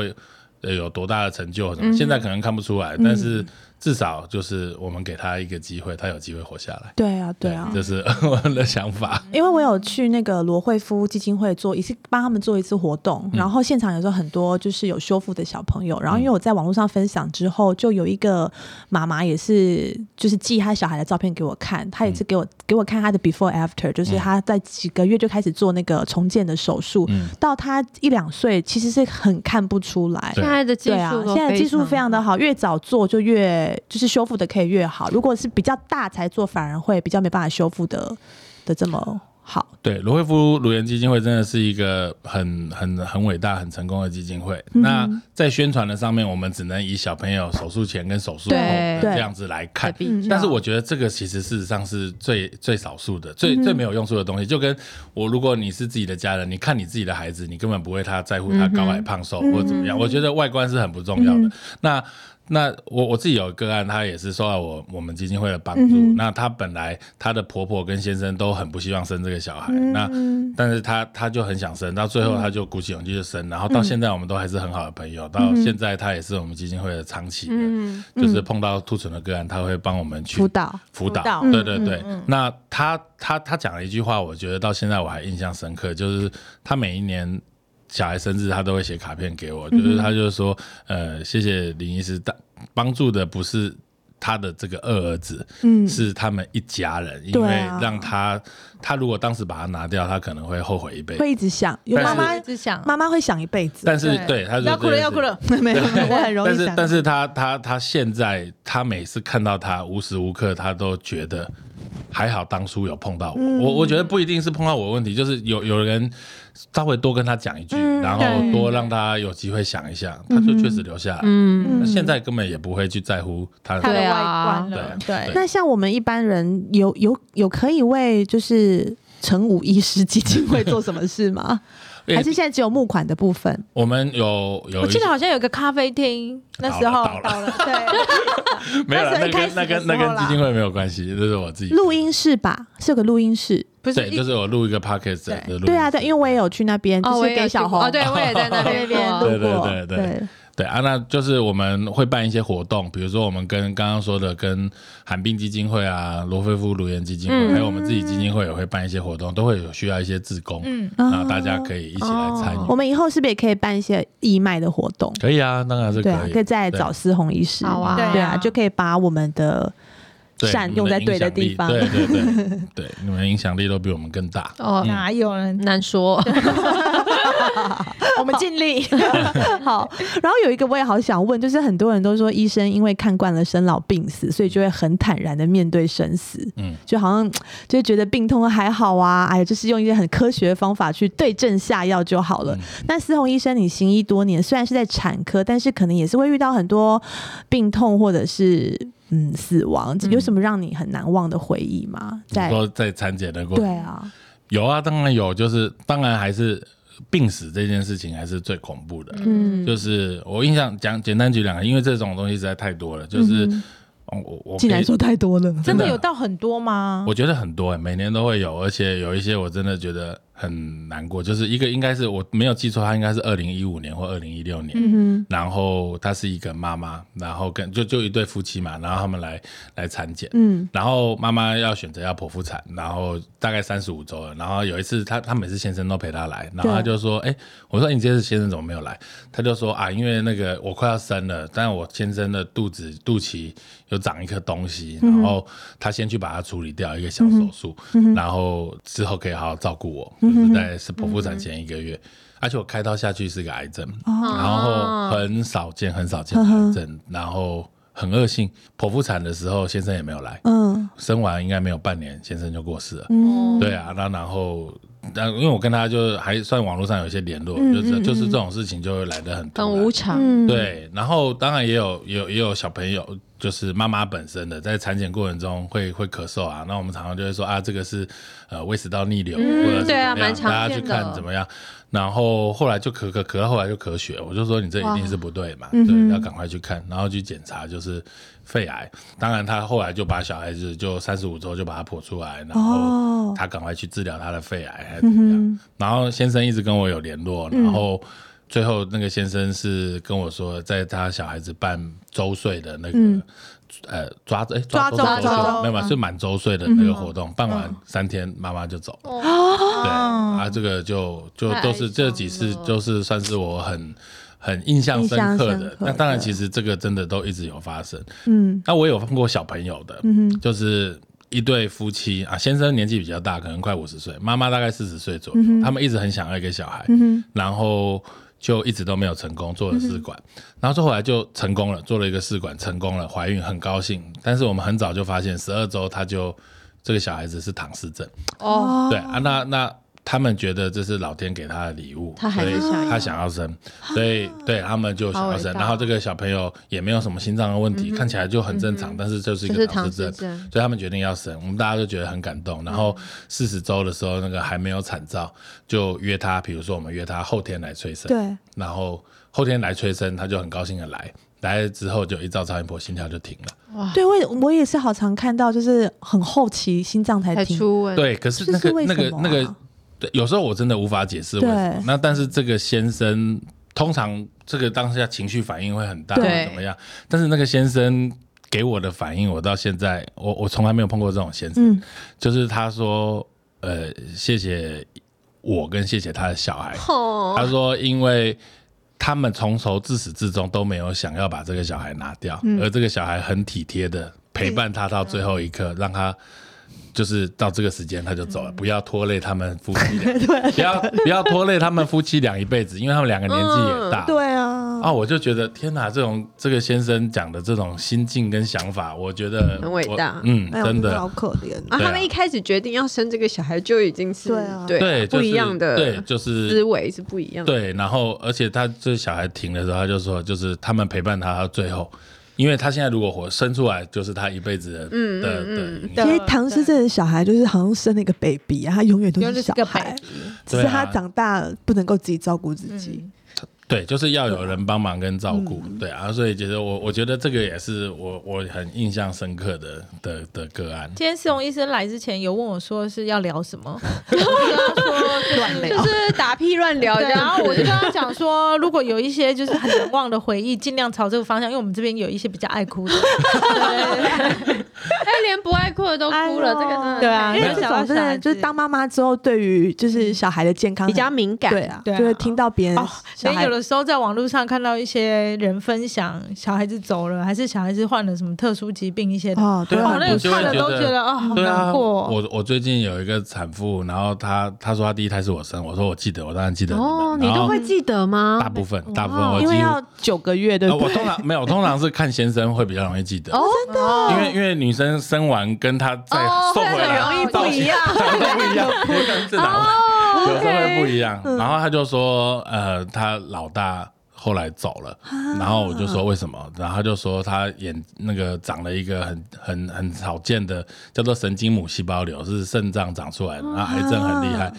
Speaker 3: 呃，有多大的成就？
Speaker 1: 嗯
Speaker 3: 什么？现在可能看不出来，但是至少就是我们给他一个机会，他有机会活下来。
Speaker 1: 对啊对啊，
Speaker 3: 这是 我的想法。
Speaker 1: 因为我有去那个罗惠夫基金会做一次，帮他们做一次活动，
Speaker 3: 嗯
Speaker 1: 然后现场有时候很多就是有修复的小朋友，然后因为我在网络上分享之后，就有一个妈妈也是就是寄她小孩的照片给我看，她
Speaker 3: 嗯
Speaker 1: 也是给我、给我看她的 before after，就是她在几个月就开始做那个重建的手术，
Speaker 3: 嗯
Speaker 1: 到她一两岁其实是很看不出来
Speaker 3: 对。
Speaker 2: 现在的技
Speaker 1: 对啊
Speaker 2: 术，都
Speaker 1: 现在技术非常的
Speaker 2: 好，
Speaker 1: 好，越早做就越就是修复的可以越好。如果是比较大才做，反而会比较没办法修复的的这么好。
Speaker 3: 对，罗惠夫乳源基金会真的是一个很很很伟大、很成功的基金会。
Speaker 1: 嗯
Speaker 3: 那在宣传的上面，我们只能以小朋友手术前跟手术后
Speaker 2: 对
Speaker 3: 的
Speaker 1: 对
Speaker 3: 这样子来看
Speaker 2: 在。比较
Speaker 3: 但是我觉得这个其实事实上是最最少数的、
Speaker 1: 嗯
Speaker 3: 最最没有用处的东西。就跟我，如果你是自己的家人，你看你自己的孩子，你根本不会他在乎
Speaker 1: 嗯
Speaker 3: 他高矮胖瘦或者怎么样。我觉得外观是很不重要的。那那我我自己有个案，她也是受到我我们基金会的帮助。那她本来她的婆婆跟先生都很不希望生这个小孩，那但是她她就很想生，到最后她就鼓起勇气就生，然后到现在我们都还是很好的朋友，到现在她也是我们基金会的长期的，就是碰到兔唇的个案，她会帮我们去
Speaker 1: 辅导，
Speaker 3: 辅导
Speaker 4: 辅导，
Speaker 3: 对对对。那他他他讲了一句话，我觉得到现在我还印象深刻，就是他每一年小孩生日，他都会写卡片给我，就是他就是说，呃，谢谢林医师，但帮助的不是。他的这个二儿子，
Speaker 1: 嗯
Speaker 3: 是他们一家人，因
Speaker 1: 对
Speaker 3: 为
Speaker 1: 啊
Speaker 3: 让他，他如果当时把他拿掉，他可能会后悔一辈子。
Speaker 1: 会一直想，有
Speaker 3: 但
Speaker 1: 妈
Speaker 3: 是
Speaker 1: 妈
Speaker 4: 一直想，
Speaker 1: 妈妈会想一辈子。
Speaker 3: 但是，对，他就
Speaker 4: 要哭了要哭了，
Speaker 1: 没有，没有我很容
Speaker 3: 但
Speaker 1: 易
Speaker 3: 是
Speaker 1: 想。
Speaker 3: 但是他他他现在他每次看到他无时无刻他都觉得还好当初有碰到我，我我觉得不一定是碰到我的问题，就是有有人稍微多跟他讲一句，然后多让他有机会想一下，他就确实留下来。
Speaker 2: 嗯，
Speaker 3: 那现在根本也不会去在乎他
Speaker 4: 它的
Speaker 2: 对
Speaker 4: 外
Speaker 2: 啊
Speaker 4: 观了，
Speaker 3: 对
Speaker 4: 对。
Speaker 1: 那像我们一般人，有有有可以为就是成武医师基金会做什么事吗？
Speaker 3: 因为
Speaker 1: 还是现在只有募款的部分？
Speaker 3: 我们有有
Speaker 4: 我
Speaker 3: 一
Speaker 4: 记得好像有个咖啡厅，那时候
Speaker 3: 倒了倒
Speaker 4: 了，对，
Speaker 3: 没有了，
Speaker 4: 那
Speaker 3: 那
Speaker 4: 时候一
Speaker 3: 跟那
Speaker 4: 开始的
Speaker 3: 跟
Speaker 4: 时
Speaker 3: 那
Speaker 4: 候啦
Speaker 3: 跟基金会没有关系，这是我自己
Speaker 1: 录音室吧，是有个录音室。
Speaker 4: 不是
Speaker 3: 对，
Speaker 4: 一
Speaker 3: 就是我录一个 podcast 的录音，
Speaker 1: 对啊，对，因为我也有去那边，
Speaker 2: 哦，
Speaker 1: 就
Speaker 2: 我
Speaker 1: 是
Speaker 2: 也有
Speaker 1: 给小
Speaker 2: 去过
Speaker 1: 红
Speaker 2: 哦，对我也在那
Speaker 1: 那
Speaker 2: 边
Speaker 1: 边
Speaker 2: 过
Speaker 1: 录
Speaker 3: 对对
Speaker 1: 过。
Speaker 3: 对对对啊，那就是我们会办一些活动，比如说我们跟刚刚说的跟罕病基金会啊、罗菲夫乳源基金会，
Speaker 2: 嗯
Speaker 3: 还有我们自己基金会也会办一些活动，都会有需要一些志工，
Speaker 4: 嗯，
Speaker 3: 啊，大家可以一起来参与。
Speaker 1: 我们以后是不是也可以办一些义卖的活动？
Speaker 3: 可以啊，当然是可
Speaker 1: 对
Speaker 3: 以。
Speaker 1: 啊，可以再来
Speaker 3: 对
Speaker 1: 找思红医师。
Speaker 2: 好啊
Speaker 1: 对啊，就可以把我们的
Speaker 3: 对
Speaker 1: 善
Speaker 3: 你
Speaker 1: 用在
Speaker 3: 们的
Speaker 1: 对
Speaker 3: 影
Speaker 1: 的
Speaker 3: 响
Speaker 1: 地
Speaker 3: 力
Speaker 1: 方
Speaker 3: 对对对对，你们影响力都比我们更大。
Speaker 2: 哦，
Speaker 4: 哪有 人？
Speaker 2: 难说。
Speaker 4: 我们尽力。
Speaker 1: 好，然后有一个我也好想问，就是很多人都说医生因为看惯了生老病死，所以就会很坦然的面对生死，
Speaker 3: 嗯，
Speaker 1: 就好像就会觉得病痛还好啊，哎呀，就是用一些很科学的方法去对症下药就好
Speaker 3: 嗯
Speaker 1: 了。但思红医生，你行医多年，虽然是在产科，但是可能也是会遇到很多病痛或者是嗯死亡，有什么让你很难忘的回忆吗？
Speaker 3: 你
Speaker 1: 在
Speaker 3: 说在产检的过程
Speaker 1: 对，啊，
Speaker 3: 有啊，当然有，就是当然还是病死这件事情还是最恐怖的。
Speaker 1: 嗯，
Speaker 3: 就是我印象讲简单举两个，因为这种东西实在太多了，就是、哦我我
Speaker 1: 嗯竟
Speaker 3: 可
Speaker 1: 然
Speaker 3: 以
Speaker 1: 说太多了，
Speaker 4: 真的
Speaker 3: 真的
Speaker 4: 有到很多吗？
Speaker 3: 我觉得很多、欸，每年都会有，而且有一些我真的觉得很难过。就是一个应该是我没有记错，它应该是二零一五年或二零一六年。
Speaker 1: 嗯
Speaker 3: 然后她是一个妈妈，然后跟就就一对夫妻嘛，然后他们来来产检，
Speaker 1: 嗯
Speaker 3: 然后妈妈要选择要剖腹产，然后大概三十五周了。然后有一次她，她每次先生都陪她来，然后她就说：“哎、我说、诶你这次先生怎么没有来？”她就说：“啊，因为那个我快要生了，但我先生的肚子肚脐有长一颗东西，然后她先去把它处理掉，一个小手术，然后之后可以好好照顾我，嗯就是在是剖腹产前一个月。而且我开刀下去是个癌症， 然后很少见，很少见的癌症，然后很恶性。剖腹产的时候，先生也没有来，
Speaker 1: 嗯
Speaker 3: 生完应该没有半年，先生就过世了。
Speaker 1: 嗯
Speaker 3: 对啊，那然后，但因为我跟他就还算网络上有一些联络，就是就是这种事情就会来的很突
Speaker 2: 嗯很
Speaker 3: 然
Speaker 2: 无常，
Speaker 1: 嗯，
Speaker 3: 对，然后当然也有也有也有小朋友，就是妈妈本身的在产检过程中会会咳嗽啊，那我们常常就会说啊，这个是呃胃食道逆流，或者是
Speaker 2: 对啊
Speaker 3: 怎么样
Speaker 2: 蛮常
Speaker 3: 大家去
Speaker 2: 见的
Speaker 3: 看怎么样。然后后来就咳咳咳，后来就咳血，我就说你这一定是不对嘛，
Speaker 1: 嗯
Speaker 3: 对，
Speaker 1: 哼
Speaker 3: 要赶快去看，然后去检查就是肺癌。当然他后来就把小孩子就三十五周就把他剖出来，然后
Speaker 1: 哦嗯
Speaker 3: 他赶快去治疗他的肺癌还是怎么样。然后先生一直跟我有联络，然后最后那个先生是跟我说，在他小孩子办周岁的那个、呃抓哎抓周
Speaker 4: 抓周
Speaker 3: 周岁
Speaker 4: 周
Speaker 3: 没有嘛，是满周岁的那个活动，办完三天妈妈就走了。对啊，这个就就
Speaker 2: 太
Speaker 3: 都是这几次就是算是我很。很印象深刻
Speaker 1: 印象深
Speaker 3: 的
Speaker 1: 刻，的
Speaker 3: 那当然，其实这个真的都一直有发生。
Speaker 1: 嗯
Speaker 3: 那我有碰过小朋友的，
Speaker 1: 嗯
Speaker 3: 就是一对夫妻啊，先生年纪比较大，可能快五十岁，妈妈大概四十岁左右，他们一直很想要一个小孩，
Speaker 1: 嗯
Speaker 3: 然后就一直都没有成功，做
Speaker 2: 嗯
Speaker 3: 了试管，然后最后来就成功了，做了一个试管成功了，怀孕很高兴，但是我们很早就发现，十二周他就这个小孩子是唐氏症，
Speaker 2: 哦，
Speaker 3: 对啊，那那。他们觉得这是老天给他的礼物，
Speaker 2: 他还
Speaker 3: 所以
Speaker 2: 是想要啊
Speaker 3: 他想要生，所以对他们就想要
Speaker 2: 好
Speaker 3: 生。
Speaker 2: 伟大嗯
Speaker 3: 然后这个小朋友也没有什么心脏的问题，看起来就很正常，但是就是一
Speaker 2: 就
Speaker 3: 个
Speaker 2: 是
Speaker 3: 唐
Speaker 2: 唐
Speaker 3: 氏
Speaker 2: 氏
Speaker 3: 症。
Speaker 2: 症，嗯
Speaker 3: 所以他们决定要生，我们大家都觉得很感动。然后四十周的时候，那个还没有产兆，就约他，比如说我们约他后天来催生，
Speaker 1: 对，
Speaker 3: 然后后天来催生，他就很高兴的来，来了之后就一照超音波，心跳就停了。
Speaker 1: 对我也我也是好常看到，就是很后期心脏才
Speaker 2: 才
Speaker 1: 停，
Speaker 2: 出问题。
Speaker 3: 对，可是那
Speaker 1: 这
Speaker 3: 个、
Speaker 1: 是为
Speaker 3: 那
Speaker 1: 什
Speaker 3: 个
Speaker 1: 么啊
Speaker 3: 那个，对，有时候我真的无法解释为什么
Speaker 1: 对。
Speaker 3: 那但是这个先生通常这个当下情绪反应会很大，
Speaker 2: 对
Speaker 3: 怎么样？但是那个先生。给我的反应，我到现在我我从来没有碰过这种先生，
Speaker 1: 嗯，
Speaker 3: 就是他说，呃，谢谢我跟谢谢他的小孩。
Speaker 2: 哦，
Speaker 3: 他说，因为他们从头至始至终都没有想要把这个小孩拿掉，
Speaker 2: 嗯
Speaker 3: 而这个小孩很体贴的陪伴他到最后一刻，让他。就是到这个时间他就走了，不要拖累他们夫妻俩，不要不要拖累他们夫妻俩一辈子，因为他们两个年纪也大，
Speaker 2: 哦
Speaker 1: 对啊，
Speaker 3: 啊，我就觉得天哪，这种这个先生讲的这种心境跟想法，我觉得
Speaker 2: 很伟
Speaker 3: 我
Speaker 2: 大
Speaker 3: 嗯，
Speaker 1: 哎呦
Speaker 3: 真的
Speaker 1: 好可怜
Speaker 2: 啊，
Speaker 3: 对啊
Speaker 2: 他们一开始决定要生这个小孩就已经是
Speaker 1: 对啊
Speaker 3: 对，就
Speaker 2: 不一
Speaker 3: 是
Speaker 2: 样的
Speaker 3: 对，就是
Speaker 2: 思维是不一样的。
Speaker 3: 对，然后而且他这小孩停的时候，他就说，就是他们陪伴他到最后，因为他现在如果活生出来，就是他一辈子的、
Speaker 2: 嗯
Speaker 3: 的
Speaker 2: 嗯
Speaker 3: 的影响。
Speaker 1: 其实唐氏症的小孩就是好像生了一个 baby 啊，他永远都
Speaker 4: 原来
Speaker 1: 是
Speaker 4: 是
Speaker 1: 小
Speaker 4: 个
Speaker 1: 孩
Speaker 4: 孩，，嗯
Speaker 1: 只
Speaker 3: 啊
Speaker 1: 是他长大不能够自己照顾自己。
Speaker 3: 对，就是要有人帮忙跟照顾，对啊，所以其实我我觉得这个也是我我很印象深刻的的的个案。
Speaker 4: 今天思荣医生来之前有问我说是要聊什 么，我就跟他说
Speaker 1: 乱聊
Speaker 2: 就是打屁乱聊
Speaker 4: 对，
Speaker 2: 这
Speaker 4: 然
Speaker 2: 样
Speaker 4: 后
Speaker 2: 子，
Speaker 4: 我就 跟他讲说，如果有一些就是很难忘的回忆，尽量朝这个方向，因为我们这边有一些比较爱哭的。
Speaker 2: 哎，连不爱哭的都哭
Speaker 1: 哎
Speaker 2: 了，
Speaker 1: 呦
Speaker 2: 这个真的
Speaker 4: 对啊
Speaker 1: 因为
Speaker 4: 没有
Speaker 1: 这种真的就是当妈妈之后，对于就是小孩的健康
Speaker 5: 比较敏感，
Speaker 1: 对啊，
Speaker 4: 对啊
Speaker 1: 就会听到别人
Speaker 4: 哦，
Speaker 1: 小
Speaker 4: 所以
Speaker 1: 孩
Speaker 4: 有的时候在网络上看到一些人分享小孩子走了，还是小孩子患了什么特殊疾病一些的，
Speaker 1: 哦，对
Speaker 3: 对啊
Speaker 1: 啊
Speaker 4: 哦，，那个
Speaker 3: 你就会
Speaker 4: 看了
Speaker 3: 觉
Speaker 4: 都
Speaker 3: 得
Speaker 4: 觉得哦，好
Speaker 3: 对啊，
Speaker 4: 难过。
Speaker 3: 我我最近有一个产妇，然后她她说她第一胎是我生，我说我记得，我当然记得你们。
Speaker 2: 哦，你
Speaker 3: 然
Speaker 2: 都
Speaker 3: 后
Speaker 2: 会记得吗？
Speaker 3: 大部分大部分
Speaker 2: 哇
Speaker 3: 我几
Speaker 1: 因为
Speaker 3: 乎
Speaker 1: 要九个月，对
Speaker 3: 呃
Speaker 1: 不
Speaker 3: 我
Speaker 1: 对？
Speaker 3: 通常没有，我通常是看先生会比较容易记得，
Speaker 2: 哦，
Speaker 1: 真的
Speaker 3: 因为因为女生生完跟她再瘦回来
Speaker 2: 哦会很容易
Speaker 3: 造
Speaker 2: 不一
Speaker 3: 型
Speaker 2: 样
Speaker 3: 长得不一样，有可能是哪位有
Speaker 2: 哦
Speaker 3: 时候会不
Speaker 2: OK，嗯
Speaker 3: 一样。然后他就说，呃，他老大后来走了，
Speaker 2: 啊
Speaker 3: 然后我就说为什么？然后他就说他眼那个长了一个很很很少见的叫做神经母细胞瘤，是肾脏长出来的，然后癌症很厉害。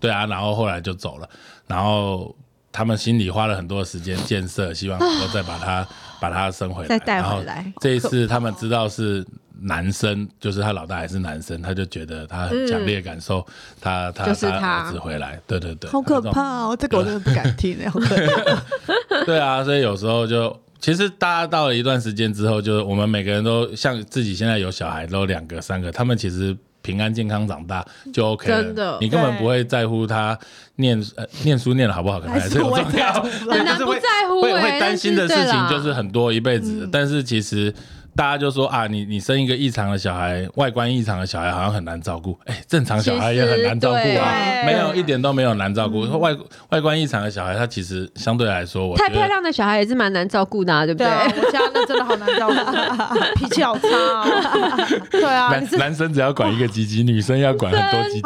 Speaker 3: 对啊，然后后来就走了，然后。他们心里花了很多时间建设，希望能够再把他把他生回来，
Speaker 2: 再带回
Speaker 3: 然后
Speaker 2: 来
Speaker 3: 这一次他们知道是男生，就是他老大还是男生，他就觉得他很强烈感受他、他
Speaker 2: 就是他
Speaker 3: 他儿子回来，对对对，
Speaker 1: 好可
Speaker 3: 那种！
Speaker 1: 怕哦！这个我真的不敢 听，好可怕。
Speaker 3: 对啊，所以有时候就。其实大家到了一段时间之后，就是我们每个人都像自己现在有小孩，都两个三个，他们其实平安健康长大就 OK 了。
Speaker 2: 真的
Speaker 3: 你根本
Speaker 4: 对
Speaker 3: 不会在乎他念呃念书念的好不好，可能还是有
Speaker 1: 还是不会
Speaker 3: 重
Speaker 1: 在
Speaker 3: 要。
Speaker 1: 乎
Speaker 3: 对
Speaker 2: 很难
Speaker 3: 就是
Speaker 2: 不
Speaker 3: 会
Speaker 2: 在乎
Speaker 3: 会
Speaker 2: 欸
Speaker 3: 会担心的事
Speaker 2: 但是对啦嗯
Speaker 3: 情就是很多一辈子，但是其实大家就说啊，你你生一个异常的小孩，外观异常的小孩好像很难照顾，哎，正常小孩也很难照顾
Speaker 2: 其实嗯
Speaker 3: 啊，
Speaker 4: 对
Speaker 3: 没有一点都没有难照顾。外外观异常的小孩，他其实相对来说，我
Speaker 2: 太
Speaker 3: 觉
Speaker 2: 漂
Speaker 3: 得
Speaker 2: 亮的小孩也是蛮难照顾的啊，对不
Speaker 4: 对
Speaker 2: 对？
Speaker 4: 啊，我家那真的好难照顾， 脾气好差哦。对啊，你
Speaker 3: 男男生只要管一个鸡鸡，女生要管很多鸡鸡。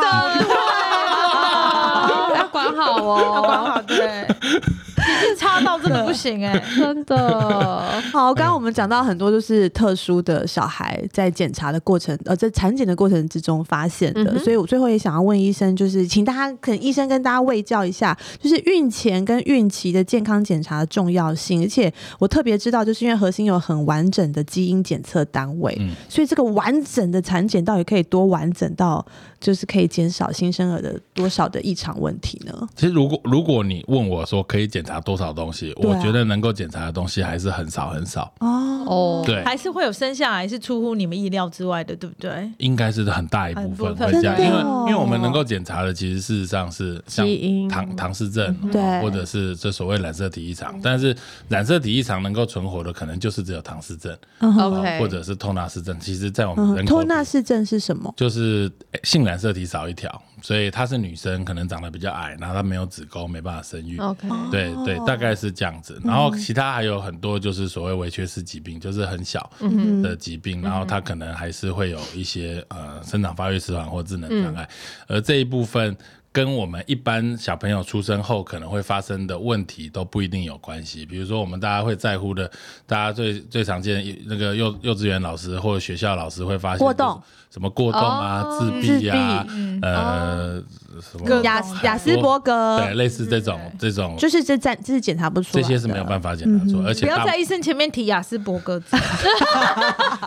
Speaker 2: 哦 要管好
Speaker 4: 啊要管
Speaker 2: 哦，
Speaker 4: 好，对，脾气差到真的不行哎。
Speaker 2: 真的。
Speaker 1: 好，刚刚我们讲到很多就是特殊的小孩在检查的过程，呃，在产检的过程之中发现的，
Speaker 2: 嗯哼
Speaker 1: 所以我最后也想要问医生，就是请大家可能医生跟大家卫教一下，就是孕前跟孕期的健康检查的重要性，而且我特别知道，就是因为核心有很完整的基因检测单位，
Speaker 3: 嗯
Speaker 1: 所以这个完整的产检到底可以多完整到，就是可以减少新生儿的多少的异常问题呢？
Speaker 3: 其实如果如果你问我说可以检查多少东西，
Speaker 1: 对啊
Speaker 3: 我觉得能够检查的东西还是很少很少。
Speaker 1: 哦，
Speaker 2: 哦，
Speaker 3: 对，
Speaker 4: 还是会有生下来是出乎你们意料之外的，对不对？
Speaker 3: 应该是很大一部分会这样，
Speaker 4: 很
Speaker 3: 因
Speaker 4: 多
Speaker 3: 为
Speaker 4: 真的
Speaker 1: 哦
Speaker 3: 因为我们能够检查的，其实事实上是像
Speaker 2: 基因
Speaker 3: 唐唐氏症，哦
Speaker 1: 对
Speaker 3: 或者是这所谓染色体异常，但是染色体异常能够存活的，可能就是只有唐氏症，哦
Speaker 1: 嗯哼
Speaker 2: OK
Speaker 3: 或者是透纳氏症。其实，在我
Speaker 1: 嗯
Speaker 3: 们
Speaker 1: 哼，
Speaker 3: 人口
Speaker 1: 托
Speaker 3: 比
Speaker 1: 纳氏症是什么？
Speaker 3: 就是诶性染色体少一条，所以她是女生，可能长得比较矮，然后她没有子宫，没办法生育。
Speaker 2: OK，
Speaker 4: 哦
Speaker 3: 对对，
Speaker 1: 哦
Speaker 3: 大概是这样子。然后其他还有很多就是所谓微缺失疾病，就是很小
Speaker 2: 嗯
Speaker 1: 嗯
Speaker 3: 的疾病，然后它可能还是会有一些呃生长发育迟缓或智能障碍，
Speaker 1: 嗯
Speaker 3: 而这一部分。跟我们一般小朋友出生后可能会发生的问题都不一定有关系，比如说我们大家会在乎的，大家最最常见的那个幼幼稚园老师或者学校老师会发现
Speaker 1: 过动
Speaker 3: 就是什么过动啊、
Speaker 2: 哦
Speaker 3: 自闭啊
Speaker 1: 自、嗯哦
Speaker 3: 呃、什么
Speaker 4: 各
Speaker 1: 雅
Speaker 4: 种
Speaker 1: 雅斯伯格，
Speaker 3: 对类似这种这种
Speaker 1: 就是嗯这站这是检查不出
Speaker 3: 这
Speaker 1: 来的，
Speaker 3: 些是没有办法检查出来，而且
Speaker 4: 不要
Speaker 3: 大
Speaker 4: 在医生前面提雅斯伯格
Speaker 1: 哦
Speaker 4: 症，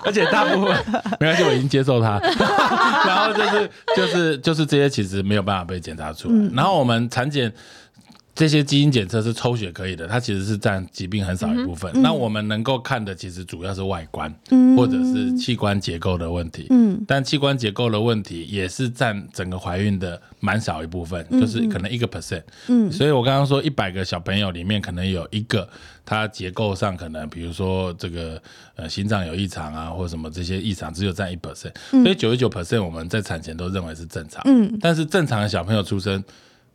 Speaker 3: 而且大部分 没关系，我已经接受它。 然后就是就是就是这些其实没有办法被检查出来。然后我们产检这些基因检测是抽血可以的，它其实是占疾病很少一部分。那我们能够看的其实主要是外观、或者是器官结构的问题。
Speaker 1: 嗯
Speaker 3: 但器官结构的问题也是占整个怀孕的蛮少一部分，就是可能一个 percent。
Speaker 1: 嗯
Speaker 3: 所以我刚刚说一百个小朋友里面，可能有一个他结构上可能，比如说这个呃心脏有异常啊，或什么这些异常，只有占一 percent，所以九十九 percent 我们在产前都认为是正常。
Speaker 1: 嗯，
Speaker 3: 但是正常的小朋友出生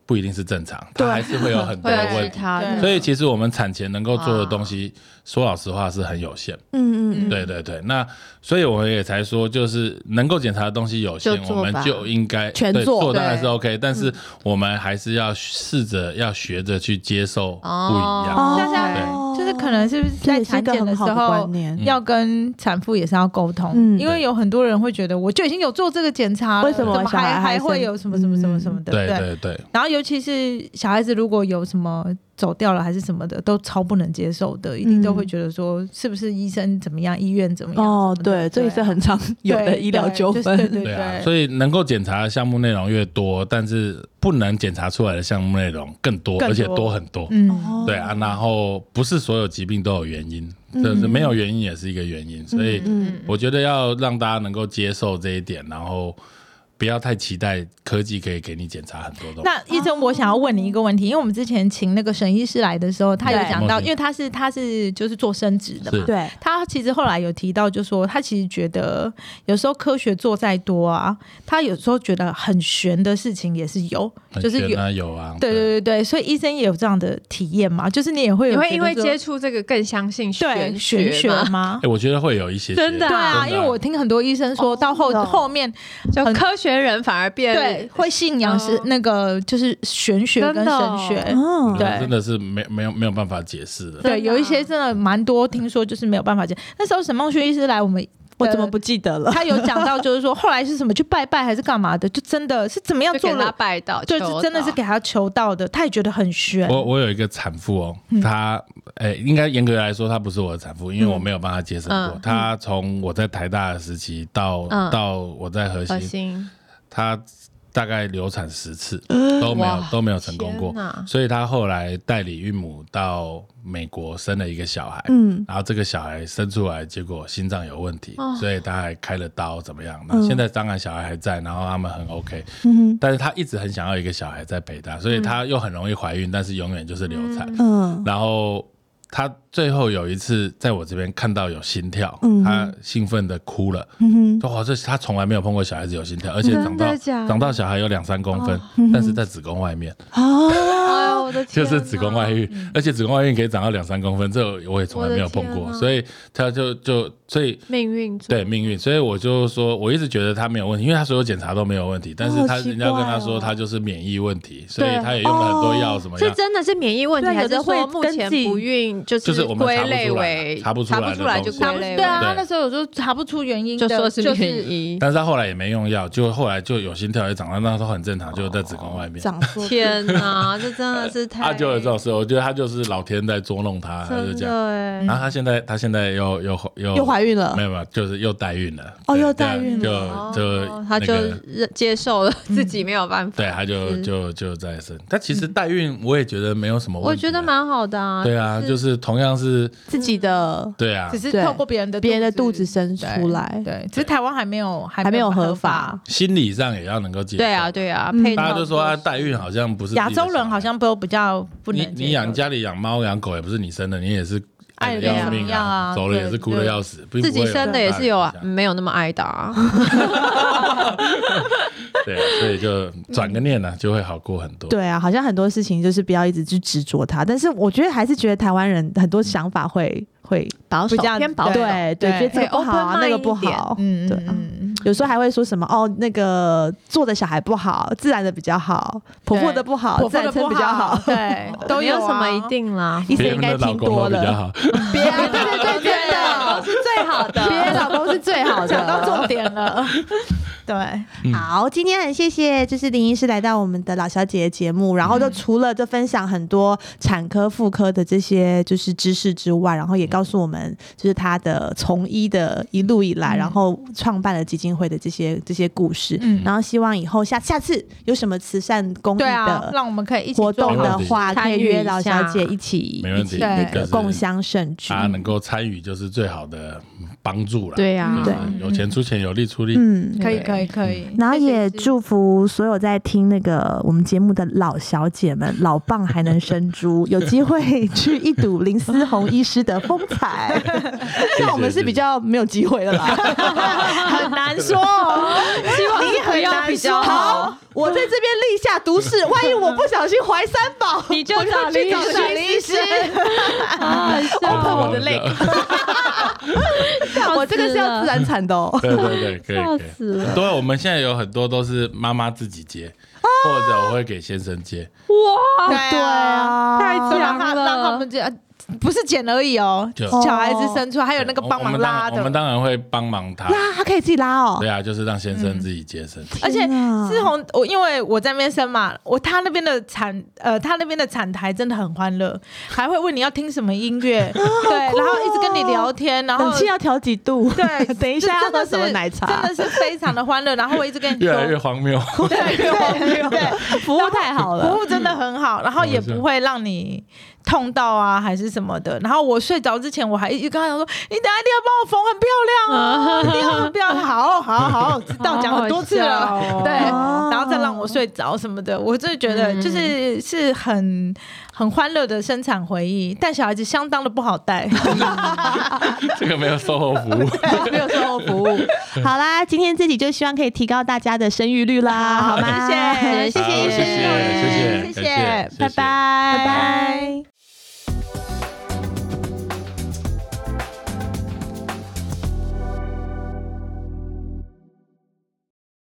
Speaker 3: 不一定是正常，
Speaker 1: 对
Speaker 3: 他还是会有很多
Speaker 2: 会
Speaker 3: 的
Speaker 2: 有
Speaker 3: 问
Speaker 2: 啊其
Speaker 3: 题。
Speaker 2: 他的，
Speaker 3: 所以其实我们产前能够做的东西，说老实话是很有限。
Speaker 1: 嗯嗯
Speaker 3: 对对对，那所以我们也才说，就是能够检查的东西有限
Speaker 2: 就，做
Speaker 3: 我们
Speaker 2: 吧
Speaker 3: 就应该
Speaker 1: 全
Speaker 3: 对
Speaker 1: 做
Speaker 3: 做当然
Speaker 2: 对
Speaker 3: 是 OK，但是我们还是要试着要学着去接受不一样。
Speaker 1: 哦
Speaker 4: 大家就是可能是不是
Speaker 1: 这
Speaker 4: 在
Speaker 1: 也是一
Speaker 4: 产
Speaker 1: 个
Speaker 4: 检的
Speaker 1: 很
Speaker 4: 时
Speaker 1: 好的观
Speaker 4: 候
Speaker 3: 嗯
Speaker 1: 念，
Speaker 4: 要跟产妇也是要沟通，
Speaker 1: 嗯
Speaker 4: 因为有很多人会觉得我就已经有做这个检查了，
Speaker 1: 为什么
Speaker 4: 怎么
Speaker 1: 小孩还
Speaker 4: 还还
Speaker 1: 生嗯
Speaker 4: 会有什么什么什么什么的？
Speaker 3: 对对对，
Speaker 4: 然后尤其是小孩子如果有什么走掉了还是什么的，都超不能接受的，一定都会觉得说是不是医生怎么样，医院嗯怎么样？
Speaker 1: 哦，对，这也是很常有的
Speaker 4: 对
Speaker 1: 医疗
Speaker 4: 对
Speaker 1: 纠
Speaker 4: 就是对
Speaker 1: 纷。
Speaker 4: 对
Speaker 3: 对啊，
Speaker 4: 对，
Speaker 3: 所以能够检查的项目内容越多，但是不能检查出来的项目内容更多，
Speaker 4: 更多
Speaker 3: 而且多很多。
Speaker 1: 哦
Speaker 4: 嗯，
Speaker 3: 对啊，然后不是所有疾病都有原因，就是没有原因也是一个原因，所以
Speaker 1: 嗯
Speaker 3: 我觉得要让大家能够接受这一点，然后不要太期待科技可以给你检查很多东西。
Speaker 4: 那医生，我想要问你一个问题，因为我们之前请那个沈医师来的时候，他有
Speaker 1: 对
Speaker 4: 讲到，
Speaker 3: 嗯
Speaker 4: 因为他是他是就是做生殖的嘛
Speaker 3: 是，
Speaker 1: 对，
Speaker 4: 他其实后来有提到，就说他其实觉得有时候科学做再多啊，他有时候觉得很悬的事情也是有，
Speaker 3: 很
Speaker 4: 就是
Speaker 3: 悬
Speaker 4: 有。
Speaker 3: 啊有啊，
Speaker 4: 对对对对，所以医生也有这样的体验嘛，就是你也会有觉得
Speaker 2: 你会因为
Speaker 4: 说
Speaker 2: 接触这个更相信
Speaker 4: 对玄
Speaker 2: 玄
Speaker 4: 学
Speaker 2: 吗？
Speaker 4: 吗
Speaker 3: 哎、？我觉得会有一些些
Speaker 2: 真的
Speaker 4: 对
Speaker 2: 啊
Speaker 4: 啊，
Speaker 3: 真
Speaker 4: 因
Speaker 3: 的
Speaker 4: 为我听很多医生说到后
Speaker 1: 真的哦
Speaker 4: 后面
Speaker 2: 就
Speaker 4: 很
Speaker 2: 科学人反而变
Speaker 4: 对会信仰是
Speaker 2: 哦
Speaker 4: 那个就是玄学跟
Speaker 2: 真的
Speaker 4: 神
Speaker 2: 哦
Speaker 4: 学，
Speaker 1: 嗯，
Speaker 4: 对
Speaker 3: 真的是没没有没有办法解释的。
Speaker 2: 真的啊
Speaker 4: 对，有一些真的蛮多，听说就是没有办法解。那时候沈梦轩医师来，我们
Speaker 1: 我怎么不记得 了？
Speaker 4: 他有讲到，就是说后来是什么去拜拜还是干嘛的，就真的是怎么样
Speaker 2: 就
Speaker 4: 做
Speaker 2: 给他
Speaker 4: 了，
Speaker 2: 拜到，
Speaker 4: 对，
Speaker 2: 求
Speaker 4: 是真的是
Speaker 2: 到
Speaker 4: 给他求到的，他也觉得很悬。
Speaker 3: 我我有一个产妇哦，
Speaker 4: 嗯
Speaker 3: 她哎、应该严格来说，她不是我的产妇，因为我没有帮她接生过。
Speaker 2: 嗯
Speaker 3: 她从我在台大的时期到、
Speaker 2: 嗯
Speaker 3: 到我在核
Speaker 2: 恶
Speaker 3: 心，
Speaker 2: 心，
Speaker 3: 她大概流产十次都没有
Speaker 2: 哇
Speaker 3: 都没有成功过
Speaker 2: 天哪，
Speaker 3: 所以她后来代理孕母到美国生了一个小孩，
Speaker 1: 嗯，
Speaker 3: 然后这个小孩生出来，结果心脏有问题，
Speaker 2: 哦
Speaker 3: 所以他还开了刀，怎么样？那现在当然小孩还在，然后他们很 OK，、
Speaker 1: 嗯
Speaker 3: 但是他一直很想要一个小孩在北大，所以他又很容易怀孕，但是永远就是流产。
Speaker 1: 哼嗯
Speaker 3: 然后他最后有一次在我这边看到有心跳，
Speaker 1: 嗯
Speaker 3: 他兴奋的哭了。
Speaker 1: 嗯哼，
Speaker 3: 哇，哦这他从来没有碰过小孩子有心跳，而且长到
Speaker 2: 真的假的
Speaker 3: 长到小孩有两三公分，但是在子宫外面，
Speaker 1: 啊，
Speaker 2: 哎呦我的天
Speaker 3: 就
Speaker 2: 哪，
Speaker 3: 是子宫外孕，而且子宫外孕可以长到两三公分，这我也从来没有碰过，
Speaker 2: 我的天啊
Speaker 3: 所以他就就所以
Speaker 2: 命运组
Speaker 3: 对命运，所以我就说，我一直觉得他没有问题，因为他所有检查都没有问题，但是他
Speaker 1: 好奇怪哦
Speaker 3: 人家跟他说他就是免疫问题，所以他也用了很多药什么
Speaker 2: 是
Speaker 3: 样，
Speaker 2: 真的是免疫问题，
Speaker 1: 对
Speaker 2: 还
Speaker 1: 有的
Speaker 2: 是说
Speaker 1: 会
Speaker 2: 目
Speaker 1: 跟
Speaker 2: 前
Speaker 1: 自己
Speaker 2: 不孕就
Speaker 3: 就是是我们
Speaker 2: 归
Speaker 3: 查不出
Speaker 2: 类
Speaker 3: 来啊查不出
Speaker 2: 为
Speaker 3: 来的东西
Speaker 2: 就归
Speaker 4: 查不
Speaker 2: 类
Speaker 4: 对啊，
Speaker 2: 为
Speaker 3: 对
Speaker 4: 他那时候我就查不出原因的，
Speaker 2: 就说是
Speaker 4: 就是
Speaker 2: 免疫。
Speaker 3: 但是他后来也没用药，就后来就有心跳也长到那都很正常，就在子宫外面。
Speaker 1: 长说
Speaker 2: 天哪，这真的是哦 太
Speaker 3: 他就有这种事，我觉得他就是老天在捉弄他，他就
Speaker 2: 真
Speaker 3: 这
Speaker 2: 的
Speaker 3: 样。
Speaker 2: 哎
Speaker 3: 然后他现在他现在又又又
Speaker 1: 又怀孕了
Speaker 3: 没，有没有，就是又代孕了。
Speaker 1: 哦
Speaker 3: 对
Speaker 1: 又代孕
Speaker 3: 这
Speaker 2: 哦
Speaker 3: 样就就
Speaker 2: 他
Speaker 3: 那
Speaker 2: 就
Speaker 3: 个
Speaker 2: 认接受了自己没有办法，
Speaker 3: 对，他就是就就再生。但其实代孕我也觉得没有什么问
Speaker 2: 我
Speaker 3: 题啊，
Speaker 2: 觉得蛮好的啊，
Speaker 3: 对啊，就是同样是
Speaker 1: 自己的
Speaker 3: 对啊
Speaker 4: 只，是
Speaker 1: 对
Speaker 4: 透过别人的
Speaker 1: 别人的肚子生出来，
Speaker 4: 嗯对，只是台湾还没有还
Speaker 1: 还没有合
Speaker 4: 合
Speaker 1: 法。
Speaker 3: 心理上也要能够接受。
Speaker 2: 对啊，对啊，
Speaker 1: 嗯
Speaker 2: 配
Speaker 3: 大
Speaker 2: 套
Speaker 3: 家都说啊，
Speaker 2: 措施
Speaker 3: 代孕好像不是
Speaker 4: 亚
Speaker 3: 自己的
Speaker 4: 洲人
Speaker 3: 小
Speaker 4: 好
Speaker 3: 孩
Speaker 4: 像都比较不
Speaker 3: 你
Speaker 4: 能接受。
Speaker 3: 你养家里养猫养狗也不是你生的，你也是
Speaker 4: 爱
Speaker 3: 得
Speaker 4: 得
Speaker 3: 要
Speaker 2: 怎
Speaker 3: 命
Speaker 4: 么样啊
Speaker 3: 走了也
Speaker 4: 对
Speaker 3: 是哭的
Speaker 4: 对
Speaker 3: 要死，并
Speaker 2: 自
Speaker 3: 不
Speaker 2: 己
Speaker 3: 会
Speaker 2: 生的也是有啊
Speaker 3: 大的影响
Speaker 2: 没有那么爱的啊，
Speaker 3: 对，啊所以就转个念呢啊就会好过很多。
Speaker 1: 对啊，好像很多事情就是不要一直去执着它，但是我觉得还是觉得台湾人很多想法会会
Speaker 2: 保守
Speaker 1: 比较
Speaker 2: 偏保守，
Speaker 1: 对对，
Speaker 4: 对
Speaker 1: 觉得这个不好啊，
Speaker 2: 可
Speaker 1: 那
Speaker 2: 以
Speaker 1: 个
Speaker 2: open
Speaker 1: 不
Speaker 2: mind 一点
Speaker 1: 好，
Speaker 4: 嗯，
Speaker 1: 对
Speaker 4: 嗯
Speaker 1: 啊
Speaker 4: 嗯嗯，
Speaker 1: 有时候还会说什么哦，那个做的小孩不好，自然的比较好，婆婆的不好，
Speaker 4: 婆
Speaker 1: 自
Speaker 4: 婆
Speaker 1: 然
Speaker 4: 的
Speaker 1: 生
Speaker 4: 不
Speaker 1: 比较好。
Speaker 4: 对，都
Speaker 2: 没有
Speaker 4: 啊
Speaker 2: 什么一定啦，
Speaker 1: 医生
Speaker 3: 别
Speaker 1: 应
Speaker 3: 人
Speaker 1: 该
Speaker 3: 的老
Speaker 1: 听
Speaker 3: 公
Speaker 1: 多
Speaker 3: 都比较
Speaker 1: 了，
Speaker 3: 好，
Speaker 1: 别啊对对对，真 的，
Speaker 2: 都是最好的，
Speaker 1: 别人老公是最好
Speaker 4: 讲到
Speaker 1: 的。
Speaker 4: 重点了，对。
Speaker 3: 嗯
Speaker 1: 好，今天很谢谢，就是林医师来到我们的老小姐的节目，然后
Speaker 3: 嗯
Speaker 1: 就除了就分享很多产科、妇科的这些就是知识之外，然后也告诉我们就是她的从医的一路以来，
Speaker 4: 嗯
Speaker 1: 然后创办了基金会的这些这些故事，
Speaker 4: 嗯
Speaker 1: 然后希望以后下下次有什么慈善公益
Speaker 4: 对啊，
Speaker 1: 的
Speaker 4: 让我们可以一起
Speaker 1: 活
Speaker 4: 做
Speaker 1: 动
Speaker 4: 好
Speaker 1: 的
Speaker 3: 没问题
Speaker 1: 话，可
Speaker 2: 参
Speaker 1: 以
Speaker 2: 与
Speaker 1: 约
Speaker 2: 一
Speaker 1: 老小
Speaker 2: 下
Speaker 1: 姐一起
Speaker 3: 没
Speaker 1: 一
Speaker 3: 问
Speaker 1: 起
Speaker 3: 题
Speaker 1: 那
Speaker 4: 对
Speaker 1: 个
Speaker 3: 就是
Speaker 1: 共襄盛举
Speaker 3: 大。家能够参与就是最好的帮助了。
Speaker 2: 对啊
Speaker 3: 就是
Speaker 1: 对
Speaker 3: 有钱出钱，有力出 力。
Speaker 1: 嗯，
Speaker 4: 可以
Speaker 2: 对
Speaker 4: 可以可以，
Speaker 1: 然后也
Speaker 4: 谢谢
Speaker 1: 祝福所有在听那个我们节目的老小姐们，老棒还能生猪，有机会去一睹林思宏医师的风 采。像我们是比较没有机会的 啦，很难 说哦。希望你
Speaker 2: 不要比较好
Speaker 1: 好。我在这边立下毒誓，万一我不小心怀三宝，
Speaker 2: 你就
Speaker 1: 我
Speaker 2: 找
Speaker 1: 去
Speaker 2: 林哦
Speaker 1: 找
Speaker 2: 医师
Speaker 1: 林医师。
Speaker 3: 碰
Speaker 2: 我的泪，笑死了
Speaker 1: 我这个是要自然产的哦。
Speaker 3: 对对对， 可以可
Speaker 2: 笑
Speaker 3: 以。
Speaker 2: 死了，
Speaker 3: 对，啊我们现在有很多都是妈妈自己接，
Speaker 4: 哦
Speaker 3: 或者我会给先生接。
Speaker 2: 哇，
Speaker 4: 对
Speaker 1: 对，啊，
Speaker 2: 太
Speaker 4: 都让
Speaker 2: 强
Speaker 4: 他
Speaker 2: 了
Speaker 4: 让他们这不是捡而已哦，
Speaker 3: 就
Speaker 4: 小孩子生出来还有那个
Speaker 3: 对
Speaker 4: 帮
Speaker 3: 我
Speaker 4: 忙
Speaker 3: 们当
Speaker 4: 拉
Speaker 3: 我们
Speaker 4: 的，
Speaker 3: 当然会帮忙他。
Speaker 1: 拉他可以自己拉哦
Speaker 3: 对。啊，就是让先生自己接生。
Speaker 4: 而且
Speaker 1: 天哪
Speaker 4: 志宏，我因为我在那边生嘛，我他那边的产
Speaker 1: 啊
Speaker 4: 呃，他那边的产台真的很欢乐，还会问你要听什么音乐，对，然后一直跟你你
Speaker 1: 哦
Speaker 4: 聊天，然后
Speaker 1: 冷气要调几度？
Speaker 4: 对，
Speaker 1: 等一下要
Speaker 4: 这真的
Speaker 1: 喝什么
Speaker 4: 是
Speaker 1: 奶茶？
Speaker 4: 真的是非常的欢乐。然后我一直跟你
Speaker 3: 越
Speaker 4: 说
Speaker 3: 来，越荒谬。
Speaker 4: 对对对，
Speaker 1: 服务太好
Speaker 4: 服
Speaker 1: 了，
Speaker 4: 务真的很好，
Speaker 2: 嗯
Speaker 4: 然后也不会让你痛到啊，还是什么的。然后我睡着之前，我还一直跟他讲说：“你等一下一定要帮我缝，很
Speaker 2: 啊
Speaker 4: 漂亮哦，一定要很漂 亮。”好好好，知道讲很多次
Speaker 2: 好好笑
Speaker 4: 了
Speaker 2: 哦，
Speaker 4: 对，
Speaker 1: 哦
Speaker 4: 然后再让我睡着什么的，我真的觉得
Speaker 2: 嗯
Speaker 4: 就是是很很欢乐的生产回忆。但小孩子相当的不好带，
Speaker 3: 这个没有售后服务，
Speaker 1: 没有售后 服务。好啦，今天这集就希望可以提高大家的生育率啦，好吗？
Speaker 4: 谢谢
Speaker 1: 谢
Speaker 3: 好
Speaker 1: 医师
Speaker 3: 谢谢，谢
Speaker 4: 谢
Speaker 3: 谢，
Speaker 4: 谢
Speaker 3: 感谢
Speaker 4: 拜拜
Speaker 1: 拜拜。